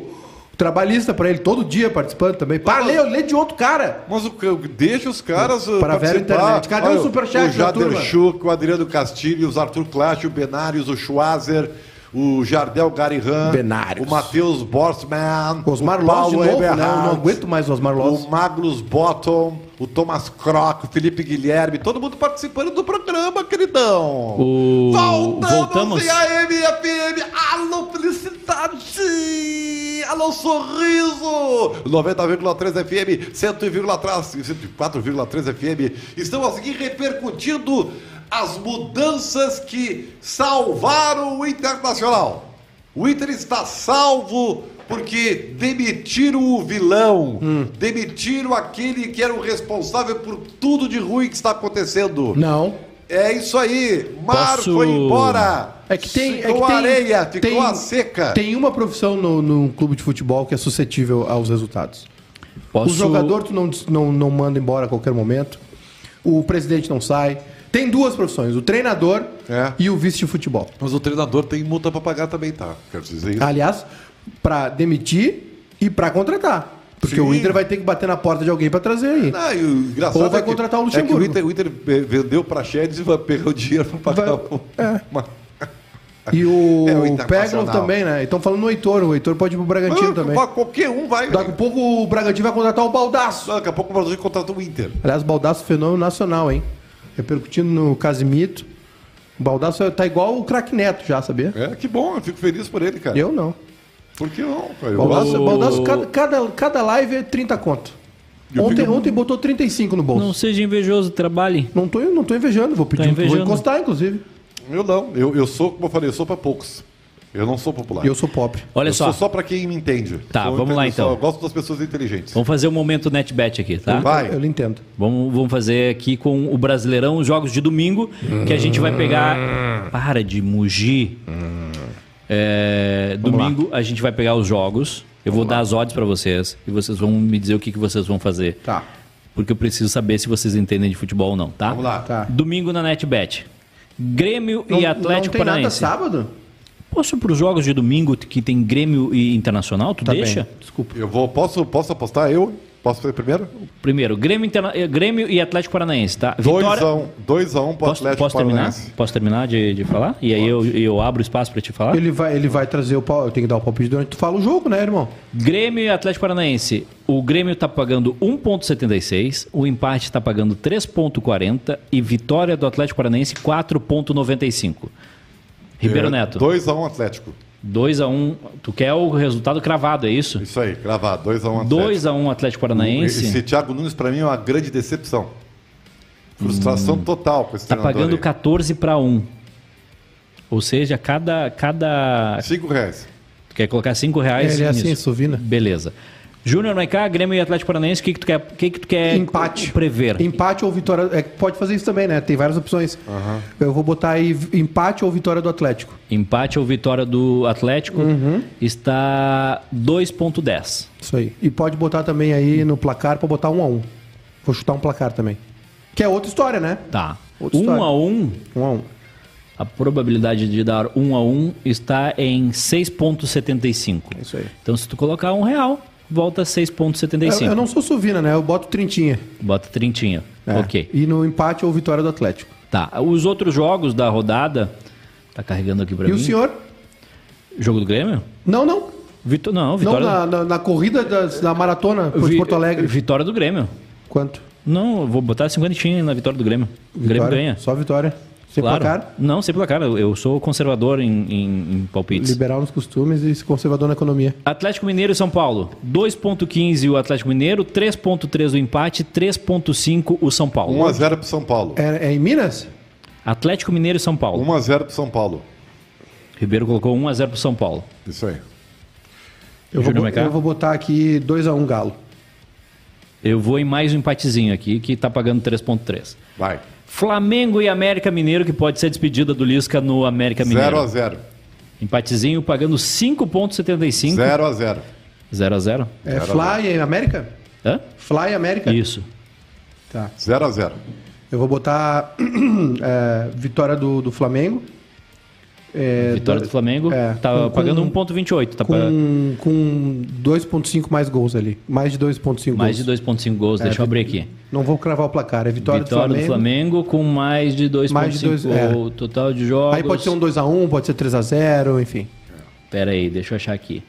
Speaker 2: o trabalhista pra ele, todo dia participando também. Para, lê, lê de outro cara.
Speaker 1: Mas o, que- deixa os caras uh,
Speaker 2: Para a velha
Speaker 1: participar.
Speaker 2: internet. Cadê o superchat
Speaker 1: O
Speaker 2: da turma?
Speaker 1: Jader Schuch, o Adriano Castilho, os Arthur Clash, o Benários, o Schwazer, o Jardel Garihan,
Speaker 2: Benários.
Speaker 1: o Matheus Borsman,
Speaker 2: Osmar
Speaker 1: o
Speaker 2: Loss de
Speaker 1: Paulo é
Speaker 2: novo, né? Eu não
Speaker 1: Eberhardt,
Speaker 2: aguento mais o Osmar Loss.
Speaker 1: o Magnus Bottom, o Thomas Croc, o Felipe Guilherme, todo mundo participando do programa, queridão.
Speaker 3: O-
Speaker 1: Voltamos,
Speaker 3: voltamos?
Speaker 1: em AM e FM. Alô, felicidade! Alô, sorriso! 90,3 FM, 104,3 FM. Estamos aqui repercutindo as mudanças que salvaram o Internacional. O Inter está salvo porque demitiram o vilão, demitiram aquele que era o responsável por tudo de ruim que está acontecendo.
Speaker 2: Não.
Speaker 1: É isso aí. Mar
Speaker 3: Posso-
Speaker 1: foi embora.
Speaker 2: É que tem.
Speaker 1: Ficou
Speaker 2: é que tem,
Speaker 1: areia, ficou
Speaker 2: tem-
Speaker 1: a seca.
Speaker 2: Tem uma profissão no, num clube de futebol que é suscetível aos resultados.
Speaker 3: Posso...
Speaker 2: O jogador tu não, não, não manda embora a qualquer momento. O presidente não sai. Tem duas profissões, o treinador
Speaker 1: É.
Speaker 2: e o vice de futebol.
Speaker 1: Mas o treinador tem multa pra pagar também, tá? Quero dizer isso.
Speaker 2: Aliás, pra demitir e pra contratar. Porque
Speaker 1: Sim.
Speaker 2: o Inter vai ter que bater na porta de alguém pra trazer aí.
Speaker 1: Não, e o engraçado
Speaker 2: Ou vai
Speaker 1: é que-
Speaker 2: contratar o Luxemburgo.
Speaker 1: É que o Inter, o Inter eh, vendeu pra Sheds e vai perder o dinheiro pra pagar
Speaker 2: Vai- é.
Speaker 1: o... Mas-
Speaker 2: E
Speaker 1: É,
Speaker 2: o,
Speaker 1: o
Speaker 2: o
Speaker 1: Internacional.
Speaker 2: Peglo também, né? Estão falando no Heitor. O Heitor pode ir pro Bragantino
Speaker 1: Mas,
Speaker 2: também.
Speaker 1: mas Qualquer um vai...
Speaker 2: Daqui a pouco o Bragantino vai contratar o Baldaço.
Speaker 1: Daqui a pouco o Brasil contrata o Inter.
Speaker 2: Aliás, Baldaço um fenômeno nacional, hein? Repercutindo no Casimito. O Baldaço tá igual o craque Neto já, sabia?
Speaker 1: É, que bom, eu fico feliz por ele, cara.
Speaker 2: Eu não.
Speaker 1: Por que não, cara? É. Eu
Speaker 2: Baldaço,
Speaker 1: gosto.
Speaker 2: Baldaço, cada, cada, cada live é 30 conto.
Speaker 1: Eu
Speaker 2: Ontem,
Speaker 1: fico-
Speaker 2: ontem botou 35 no
Speaker 3: Não
Speaker 2: bolso.
Speaker 3: seja invejoso, trabalhe.
Speaker 2: Não, tô, não tô invejando, vou pedir,
Speaker 3: Tá
Speaker 2: vou
Speaker 3: invejando.
Speaker 2: encostar, inclusive.
Speaker 1: Eu não. Eu, eu sou, como eu falei, eu sou pra poucos. Eu não sou popular.
Speaker 2: E eu sou pobre.
Speaker 3: Olha
Speaker 1: Eu
Speaker 3: só,
Speaker 1: sou só pra quem me entende.
Speaker 3: Tá,
Speaker 1: Sou
Speaker 3: vamos lá,
Speaker 1: inteligente, só-
Speaker 3: então.
Speaker 1: Eu gosto das pessoas inteligentes.
Speaker 3: vamos fazer um momento netbet aqui, tá?
Speaker 1: Vai.
Speaker 2: Eu lhe entendo.
Speaker 3: Vamos, vamos fazer aqui com o Brasileirão os jogos de domingo, que a gente vai
Speaker 1: Hum.
Speaker 3: pegar. Para de mugir. É, domingo a gente vai pegar os jogos. Eu vou dar as odds pra vocês e vocês vão me dizer o que, que vocês vão fazer.
Speaker 2: Tá.
Speaker 3: Porque eu preciso saber se vocês entendem de futebol ou não, tá?
Speaker 1: Vamos lá.
Speaker 2: Tá.
Speaker 3: Domingo na NetBet. Grêmio e Atlético
Speaker 2: não tem nada
Speaker 3: Paranaense.
Speaker 2: sábado?
Speaker 3: Posso para os jogos de domingo que tem Grêmio e Internacional? Tu
Speaker 2: Tá
Speaker 3: deixa?
Speaker 2: bem, desculpa.
Speaker 1: Eu vou, posso, posso apostar? Eu? Posso fazer primeiro?
Speaker 3: Primeiro, Grêmio, Interna- eh, Grêmio e Atlético Paranaense, tá?
Speaker 1: 2x1 um, dois a um pro
Speaker 3: Posso,
Speaker 1: Atlético
Speaker 3: posso terminar?
Speaker 1: Paranaense.
Speaker 3: Posso terminar de, de falar? E aí eu, eu abro espaço para te falar?
Speaker 2: Ele vai, ele vai trazer o pau. Eu tenho que dar o palpite durante. Tu fala o jogo, né, irmão?
Speaker 3: Grêmio e Atlético Paranaense. O Grêmio tá pagando 1,76, o empate tá pagando 3,40 e vitória do Atlético Paranaense 4,95. Ribeiro
Speaker 1: Eu-
Speaker 3: Neto,
Speaker 1: 2x1 um Atlético.
Speaker 3: 2x1. Tu quer o resultado cravado, é isso?
Speaker 1: Isso aí, gravar. 2x1 um Atlético.
Speaker 3: 2x1 Atlético Paranaense.
Speaker 1: Esse Thiago Nunes, pra mim, é uma grande decepção. Frustração total com esse
Speaker 3: Tá
Speaker 1: treinador
Speaker 3: pagando
Speaker 1: aí.
Speaker 3: 14 para 1. Ou seja, cada. cada...
Speaker 1: Cinco reais.
Speaker 3: Tu quer colocar 5 reais?
Speaker 2: É, ele é assim, Suvina.
Speaker 3: Beleza. Júnior Maiká, Grêmio e Atlético Paranaense, o que, que tu quer, o que que tu quer
Speaker 2: Empate.
Speaker 3: prever?
Speaker 2: Empate ou vitória. é, pode fazer isso também, né? Tem várias opções. Eu vou botar aí v- empate ou vitória do Atlético.
Speaker 3: Empate ou vitória do Atlético
Speaker 2: Uhum.
Speaker 3: está 2,10.
Speaker 2: Isso aí. E pode botar também aí no placar pra botar um a um. Vou chutar um placar também. Que é outra história, né?
Speaker 3: Tá.
Speaker 2: Outra
Speaker 3: 1 um
Speaker 2: história.
Speaker 3: a 1 um,
Speaker 2: Um a um.
Speaker 3: a probabilidade de dar 1 um a 1 um está em 6,75.
Speaker 2: É isso aí.
Speaker 3: Então, se tu colocar um real, volta
Speaker 2: Eu,
Speaker 3: 6,75.
Speaker 2: eu não sou Suvina, né? Eu boto Trintinha.
Speaker 3: Bota trintinha.
Speaker 2: É.
Speaker 3: Ok.
Speaker 2: E no empate ou vitória do Atlético.
Speaker 3: Tá. Os outros jogos da rodada. Tá carregando aqui pra
Speaker 2: e
Speaker 3: mim.
Speaker 2: o senhor?
Speaker 3: Jogo do Grêmio?
Speaker 2: Não, não.
Speaker 3: Vitó- Não,
Speaker 2: Não,
Speaker 3: vitória.
Speaker 2: na, na, na corrida das- na maratona
Speaker 3: do...
Speaker 2: foi de
Speaker 3: Vi-
Speaker 2: Porto Alegre.
Speaker 3: Vitória do Grêmio.
Speaker 2: Quanto?
Speaker 3: Não, eu vou botar 50 na vitória do Grêmio. O Grêmio
Speaker 2: Vitória?
Speaker 3: ganha.
Speaker 2: Só vitória. Sem
Speaker 3: claro.
Speaker 2: placar.
Speaker 3: Não, sem placar. Eu eu sou conservador em, em, em palpites.
Speaker 2: Liberal nos costumes e conservador na economia.
Speaker 3: Atlético Mineiro e São Paulo. 2.15 o Atlético Mineiro, 3.3 o empate, 3.5 o São Paulo.
Speaker 1: 1x0 pro São Paulo.
Speaker 2: É, é em Minas?
Speaker 3: Atlético Mineiro e São Paulo.
Speaker 1: 1x0 pro São Paulo.
Speaker 3: Ribeiro colocou 1 a 0 pro São Paulo.
Speaker 1: Isso aí.
Speaker 2: Eu vou,
Speaker 3: Júnior
Speaker 2: bo-
Speaker 3: Maiká?
Speaker 2: eu vou botar aqui 2x1 Galo.
Speaker 3: Eu vou em mais um empatezinho aqui que tá pagando 3.3.
Speaker 1: Vai.
Speaker 3: Flamengo e América Mineiro, que pode ser despedida do Lisca no América Mineiro.
Speaker 1: 0x0.
Speaker 3: Empatezinho pagando 5,75.
Speaker 1: 0x0.
Speaker 3: 0 a 0
Speaker 2: É Fly em América?
Speaker 3: Hã?
Speaker 2: Fly América?
Speaker 3: Isso.
Speaker 2: Tá.
Speaker 1: 0x0.
Speaker 2: Eu vou botar é, vitória do, do Flamengo. É,
Speaker 3: Vitória do Flamengo.
Speaker 2: é,
Speaker 3: tá
Speaker 2: com-
Speaker 3: pagando 1,28. Tá pagando
Speaker 2: Com, com 2.5 mais gols ali. Mais de 2.5 gols.
Speaker 3: mais de 2,5 gols. Deixa eu abrir aqui.
Speaker 2: Não vou cravar o placar. É vitória,
Speaker 3: Vitória, do Flamengo com mais de 2,5
Speaker 2: Mais de dois- é.
Speaker 3: o total de jogos.
Speaker 2: Aí pode ser um 2x1, pode ser 3x0, enfim.
Speaker 3: Pera aí, deixa eu achar aqui.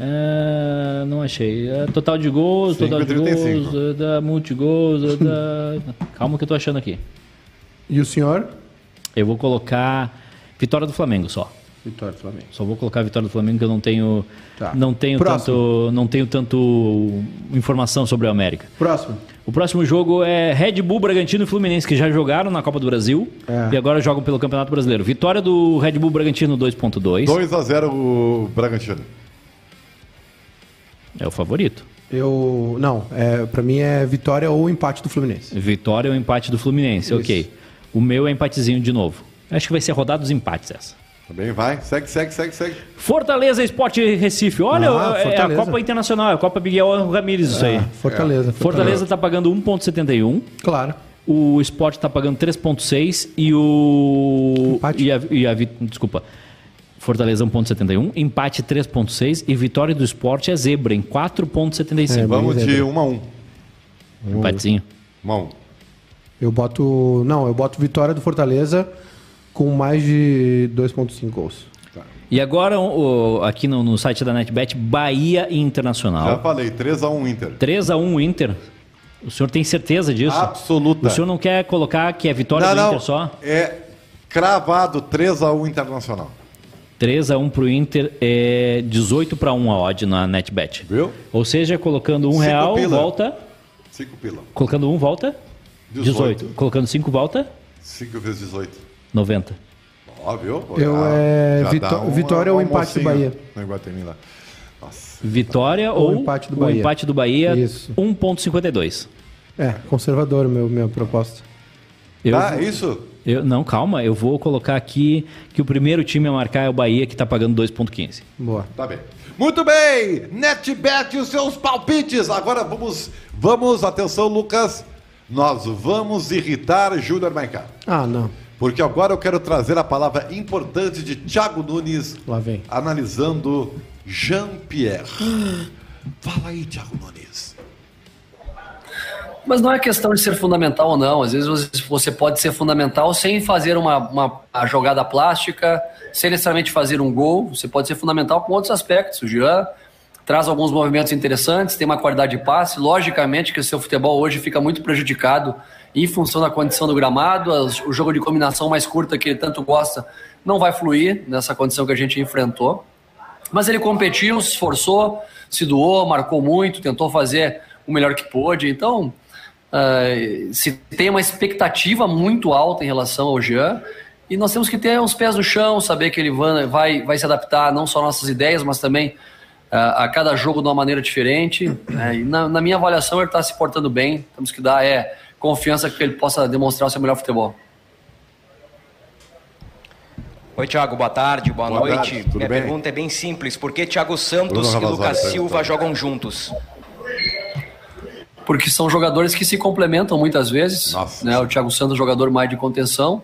Speaker 3: Ah, não achei. Ah, total de gols,
Speaker 1: Cinco
Speaker 3: total
Speaker 1: e
Speaker 3: de
Speaker 1: trinta e cinco.
Speaker 3: gols, ah, da multigols, ah, da... Calma que eu tô achando aqui.
Speaker 2: E o senhor?
Speaker 3: Eu vou colocar vitória do Flamengo só.
Speaker 2: Vitória do Flamengo.
Speaker 3: Só vou colocar a vitória do Flamengo que eu não tenho
Speaker 2: Tá.
Speaker 3: não tenho
Speaker 2: Próximo.
Speaker 3: tanto não tenho tanto informação sobre o América.
Speaker 2: Próximo.
Speaker 3: O próximo jogo é Red Bull, Bragantino e Fluminense que já jogaram na Copa do Brasil
Speaker 2: É.
Speaker 3: e agora jogam pelo Campeonato Brasileiro. Vitória do Red Bull Bragantino 2.2
Speaker 1: 2x0 o Bragantino.
Speaker 3: é o favorito.
Speaker 2: Eu. Não, é, pra mim é vitória ou empate do Fluminense.
Speaker 3: Vitória ou empate do Fluminense, ok. O meu é empatezinho de novo. Acho que vai ser rodada dos empates essa.
Speaker 1: Também vai. Segue, segue, segue, segue.
Speaker 3: Fortaleza Esporte Recife. Olha,
Speaker 2: Ah,
Speaker 3: é a
Speaker 2: Fortaleza.
Speaker 3: Copa Internacional, é a Copa Miguel Ramírez isso aí.
Speaker 2: Ah, Fortaleza.
Speaker 3: É. Fortaleza tá pagando 1.71,
Speaker 2: Claro.
Speaker 3: o Esporte tá pagando 3.6 e o
Speaker 2: Empate.
Speaker 3: e a, e a vi- desculpa. Fortaleza 1.71, empate 3.6 e vitória do esporte é zebra em 4.75.
Speaker 1: Vamos
Speaker 2: bem,
Speaker 1: de
Speaker 2: Zebra.
Speaker 1: 1 a 1. É,
Speaker 3: Empatezinho.
Speaker 1: 1 a 1.
Speaker 2: Eu boto. Não, eu boto vitória do Fortaleza com mais de 2,5 gols.
Speaker 3: E agora, o- aqui no, no site da NetBet, Bahia e
Speaker 1: Já
Speaker 3: Internacional.
Speaker 1: falei, 3 a 1 Inter.
Speaker 3: 3x1 Inter. O senhor tem certeza disso?
Speaker 1: Absoluta.
Speaker 3: O senhor não quer colocar que é vitória
Speaker 1: Não,
Speaker 3: do
Speaker 1: não.
Speaker 3: Inter só?
Speaker 1: É cravado 3 a 1 Internacional.
Speaker 3: 3x1 pro Inter é 18 para 1 a odd na NetBet.
Speaker 1: Viu?
Speaker 3: Ou seja, colocando um
Speaker 1: Cinco
Speaker 3: real,
Speaker 1: pila.
Speaker 3: volta.
Speaker 1: 5 pila.
Speaker 3: Colocando um, volta.
Speaker 1: 18.
Speaker 3: 18. Colocando 5, volta.
Speaker 1: 5 vezes 18.
Speaker 3: 90.
Speaker 1: Ó, viu?
Speaker 2: Eu, é,
Speaker 1: já
Speaker 2: vitó-
Speaker 1: dá
Speaker 2: vitória ou empate do
Speaker 1: almocinho
Speaker 2: Bahia?
Speaker 1: no Iguatemi lá. Nossa.
Speaker 3: Vitória ou,
Speaker 2: empate do
Speaker 3: o
Speaker 2: Bahia.
Speaker 3: empate do Bahia,
Speaker 2: Isso.
Speaker 3: 1.52.
Speaker 2: É, conservador o meu, minha proposta.
Speaker 3: Eu,
Speaker 1: Tá, isso?
Speaker 3: eu- não, calma, eu vou colocar aqui que o primeiro time a marcar é o Bahia, que tá pagando 2.15.
Speaker 2: Boa.
Speaker 1: Tá bem. Muito bem! NetBet e os seus palpites! Agora vamos, vamos, atenção, Lucas. Nós vamos irritar Júnior Maiká.
Speaker 2: Ah, não.
Speaker 1: Porque agora eu quero trazer a palavra importante de Thiago Nunes
Speaker 2: Lá vem.
Speaker 1: analisando Jean-Pierre. Fala aí, Thiago Nunes.
Speaker 5: Mas não é questão de ser fundamental ou não. Às vezes você- você pode ser fundamental sem fazer uma, uma- a jogada plástica, sem necessariamente fazer um gol. Você pode ser fundamental com outros aspectos. O Jean traz alguns movimentos interessantes, tem uma qualidade de passe. Logicamente que o seu futebol hoje fica muito prejudicado em função da condição do gramado. As- O jogo de combinação mais curta que ele tanto gosta não vai fluir nessa condição que a gente enfrentou. Mas ele competiu, se esforçou, se doou, marcou muito, tentou fazer o melhor que pôde. Então, ah, se tem uma expectativa muito alta em relação ao Jean. E nós temos que ter os pés no chão, saber que ele va- vai, vai se adaptar não só às nossas ideias, mas também ah, a cada jogo de uma maneira diferente. né? E na, na minha avaliação, ele está se portando bem. Temos que dar é, confiança que ele possa demonstrar o seu melhor futebol.
Speaker 6: Oi, Thiago, boa tarde, boa,
Speaker 1: Boa
Speaker 6: noite.
Speaker 1: tarde, tudo
Speaker 6: Minha
Speaker 1: bem?
Speaker 6: pergunta é bem simples: por que Thiago
Speaker 1: Bruno tá
Speaker 6: Santos e
Speaker 1: Ravazoli
Speaker 6: Lucas
Speaker 1: perguntou.
Speaker 6: Silva jogam juntos?
Speaker 5: porque são jogadores que se complementam muitas vezes.
Speaker 1: Nossa.
Speaker 5: né? O Thiago Santos, jogador mais de contenção,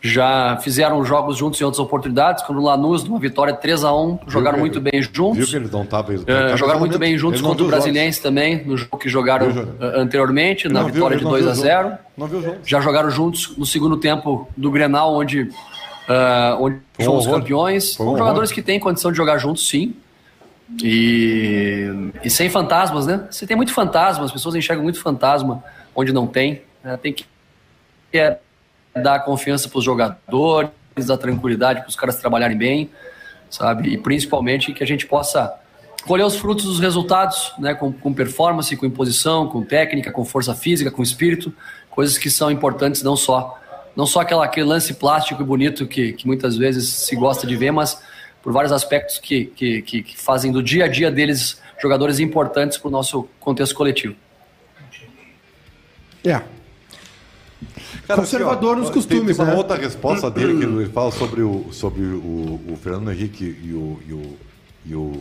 Speaker 5: já fizeram jogos juntos em outras oportunidades, quando o Lanús, numa vitória 3 a 1 jogaram
Speaker 1: que-
Speaker 5: muito bem
Speaker 1: Viu
Speaker 5: juntos.
Speaker 1: que ele não tava. ele
Speaker 5: Eh,
Speaker 1: tava
Speaker 5: jogaram muito
Speaker 1: falando-
Speaker 5: bem juntos
Speaker 1: ele não
Speaker 5: contra o
Speaker 1: viu os jogos.
Speaker 5: Brasiliense também, no jogo que jogaram
Speaker 1: Viu, Júnior?
Speaker 5: eh, anteriormente,
Speaker 1: Ele
Speaker 5: na
Speaker 1: não viu,
Speaker 5: vitória
Speaker 1: ele
Speaker 5: de
Speaker 1: não
Speaker 5: 2
Speaker 1: viu
Speaker 5: a
Speaker 1: os
Speaker 5: 0
Speaker 1: jogos. Não viu o jogo.
Speaker 5: já jogaram juntos no segundo tempo do Grenal, onde, ah, onde
Speaker 1: um
Speaker 5: fomos
Speaker 1: horror.
Speaker 5: campeões.
Speaker 1: Foi um
Speaker 5: São jogadores
Speaker 1: horror.
Speaker 5: que têm condição de jogar juntos, sim. E, e sem fantasmas, né? Você tem muito fantasma, as pessoas enxergam muito fantasma onde não tem. né? Tem que é, dar confiança para os jogadores, dar tranquilidade para os caras trabalharem bem, sabe? E principalmente que a gente possa colher os frutos dos resultados, né? Com, com performance, com imposição, com técnica, com força física, com espírito, coisas que são importantes não só não só aquela, aquele lance plástico e bonito que, que muitas vezes se gosta de ver, mas por vários aspectos que, que, que, que fazem do dia a dia deles jogadores importantes para o nosso contexto coletivo.
Speaker 2: É.
Speaker 1: Cara,
Speaker 2: Conservador
Speaker 1: aqui, ó,
Speaker 2: nos
Speaker 1: tem-
Speaker 2: costumes,
Speaker 1: tem uma
Speaker 2: né?
Speaker 1: outra resposta dele que ele fala sobre o, sobre o, o Fernando Henrique e o. E o, e o,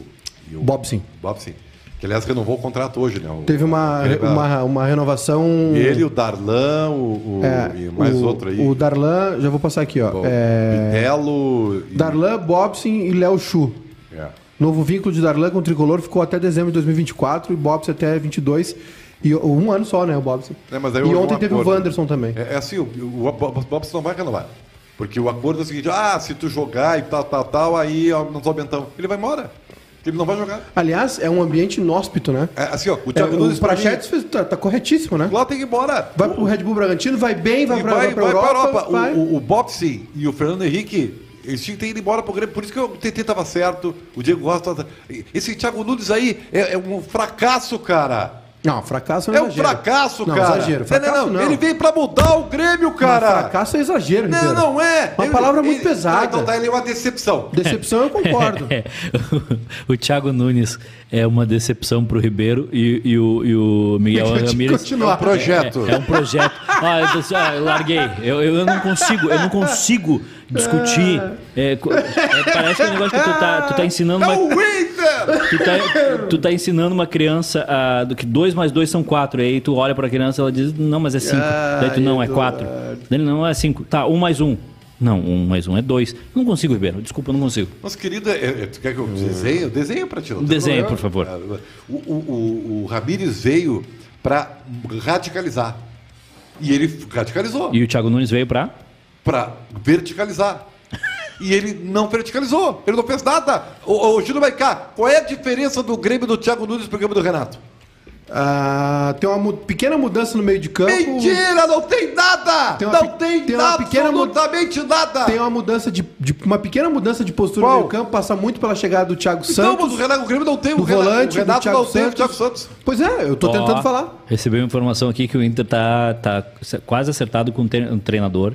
Speaker 1: e o
Speaker 2: Bob Sim.
Speaker 1: Bob Sim. Que aliás renovou o contrato hoje, né? O-
Speaker 2: Teve uma,
Speaker 1: aquele-
Speaker 2: uma, uma renovação.
Speaker 1: Ele, o Darlan, o, o-
Speaker 2: é,
Speaker 1: e mais
Speaker 2: o-
Speaker 1: outro aí.
Speaker 2: O Darlan, já vou passar aqui, ó.
Speaker 1: o
Speaker 2: É,
Speaker 1: Pitelo. e-
Speaker 2: Darlan, Bobson e Léo Chu.
Speaker 1: É.
Speaker 2: Novo vínculo de Darlan com o Tricolor ficou até dezembro de 2024 e Bobson até 22. E ó, um ano só, né, o Bobson.
Speaker 1: É, mas aí
Speaker 2: e
Speaker 1: houve
Speaker 2: ontem
Speaker 1: um
Speaker 2: teve o
Speaker 1: acordo.
Speaker 2: Wanderson também.
Speaker 1: É, é assim, o, o, o Bobson não vai renovar. Porque o acordo é o seguinte: ah, se tu jogar e tal, tal, tal, aí ó, nós aumentamos. Ele vai embora. Ele não vai jogar.
Speaker 2: Aliás, é um ambiente inóspito, né?
Speaker 1: É, assim, ó, o
Speaker 2: É,
Speaker 1: Thiago Nunes.
Speaker 2: o
Speaker 1: pra mim,
Speaker 2: Prachetes fez- tá, tá corretíssimo, né?
Speaker 1: Lá tem que ir embora.
Speaker 2: Vai pro Red Bull Bragantino, vai bem, vai
Speaker 1: E
Speaker 2: pra, vai pra Europa. vai.
Speaker 1: O, o, o boxe e o Fernando Henrique, eles tinham que ter ido embora pro Grêmio. Por isso que o TT tava certo, o Diego Costa tava... Esse Thiago Nunes aí é, é um fracasso, cara.
Speaker 2: Não, fracasso é um
Speaker 1: É um
Speaker 2: exagero.
Speaker 1: fracasso,
Speaker 2: não,
Speaker 1: cara.
Speaker 2: Exagero. Fracasso não,
Speaker 1: não, não, Ele veio pra mudar o Grêmio,
Speaker 2: Não,
Speaker 1: cara.
Speaker 2: fracasso é exagero,
Speaker 1: Não,
Speaker 2: Ribeiro.
Speaker 1: não é.
Speaker 2: Uma
Speaker 1: Ele-
Speaker 2: palavra muito
Speaker 1: ele-
Speaker 2: pesada.
Speaker 1: Então tá, ele é uma decepção.
Speaker 2: Decepção eu concordo.
Speaker 3: É, o Thiago Nunes é uma decepção pro Ribeiro e, e o, e o Miguel
Speaker 2: Deixa eu te
Speaker 3: Ramírez
Speaker 2: continuar.
Speaker 1: É um projeto.
Speaker 3: É um projeto. Ah, eu, disse, ah, eu larguei. Eu, eu- eu não consigo, eu não consigo discutir. É, co- é, parece que é um negócio que tu tá, tu tá ensinando
Speaker 1: É
Speaker 3: uma,
Speaker 1: o Inter!
Speaker 3: tu tá, tu tá ensinando uma criança ah, do que dois mais dois são quatro. E aí tu
Speaker 2: Ah,
Speaker 3: olha pra criança e ela diz, não, mas é cinco. Daí tu não, é quatro. Daí ele não é cinco. Tá, um mais um. Não, um mais um é dois. Não consigo, Ribeiro. Desculpa, eu não consigo.
Speaker 1: Mas, querida, é, é, tu quer que eu desenhe? Desenha para ti. não tem
Speaker 3: Desenha,
Speaker 1: problema.
Speaker 3: por favor.
Speaker 1: O, o, o, o Ramírez veio para radicalizar. E ele radicalizou.
Speaker 3: E o Thiago Nunes veio pra.
Speaker 1: para verticalizar. E ele não verticalizou, ele não fez nada. Ô, ô Júlio Maicá, qual é a diferença do Grêmio do Thiago Nunes pro Grêmio do Renato?
Speaker 2: Ah, tem uma mu- pequena mudança no meio de campo.
Speaker 1: Mentira, não tem nada!
Speaker 2: Então, Tem uma
Speaker 1: não
Speaker 2: pe-
Speaker 1: tem,
Speaker 2: tem uma pequena mu-
Speaker 1: absolutamente nada!
Speaker 2: Tem uma mudança de, de- uma pequena mudança de postura
Speaker 1: Qual?
Speaker 2: no meio campo, passa muito pela chegada do Thiago
Speaker 1: Então,
Speaker 2: Santos.
Speaker 1: mas o, Renato, o Grêmio não tem, o
Speaker 2: do
Speaker 1: Renato,
Speaker 2: volante,
Speaker 1: o Renato
Speaker 2: do Thiago
Speaker 1: não tem o
Speaker 2: Santos.
Speaker 1: Thiago Santos.
Speaker 2: Pois é, eu tô
Speaker 3: Ó,
Speaker 2: tentando falar.
Speaker 3: Recebeu informação aqui que o Inter tá, tá quase acertado com um tre- um treinador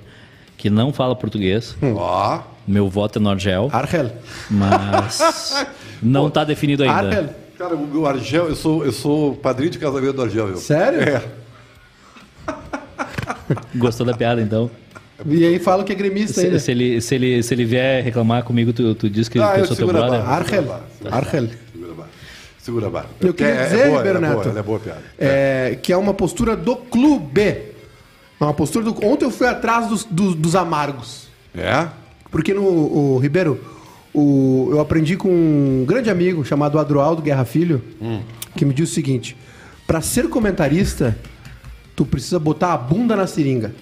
Speaker 3: que não fala português.
Speaker 2: Hum.
Speaker 1: Ó,
Speaker 3: Meu voto é Norgel,
Speaker 2: Argel.
Speaker 3: mas não tá definido ainda.
Speaker 2: Argel.
Speaker 1: cara, o meu Argel, eu sou, eu sou padrinho de casamento do Argel, viu?
Speaker 2: Sério?
Speaker 1: É.
Speaker 3: Gostou da piada, então?
Speaker 2: E aí fala que é gremista ainda.
Speaker 3: Se, se ele, se, ele, se ele vier reclamar comigo, tu, tu diz que,
Speaker 1: Ah,
Speaker 3: que eu
Speaker 1: eu
Speaker 3: sou teu
Speaker 1: segura a
Speaker 3: brother.
Speaker 1: barra.
Speaker 2: Argel. Argel.
Speaker 1: Segura a barra. Segura a barra.
Speaker 2: Eu queria
Speaker 1: É, é
Speaker 2: dizer,
Speaker 1: boa, ela
Speaker 2: Ribeiro
Speaker 1: é boa,
Speaker 2: Neto,
Speaker 1: ela é boa piada.
Speaker 2: é, que é uma postura do clube. É Uma postura do... Ontem eu fui atrás dos, dos- dos amargos.
Speaker 1: É?
Speaker 2: Porque no o Ribeiro, o- eu aprendi com um grande amigo chamado Adroaldo Guerra Filho, que me disse o seguinte: para ser comentarista, tu precisa botar a bunda na seringa.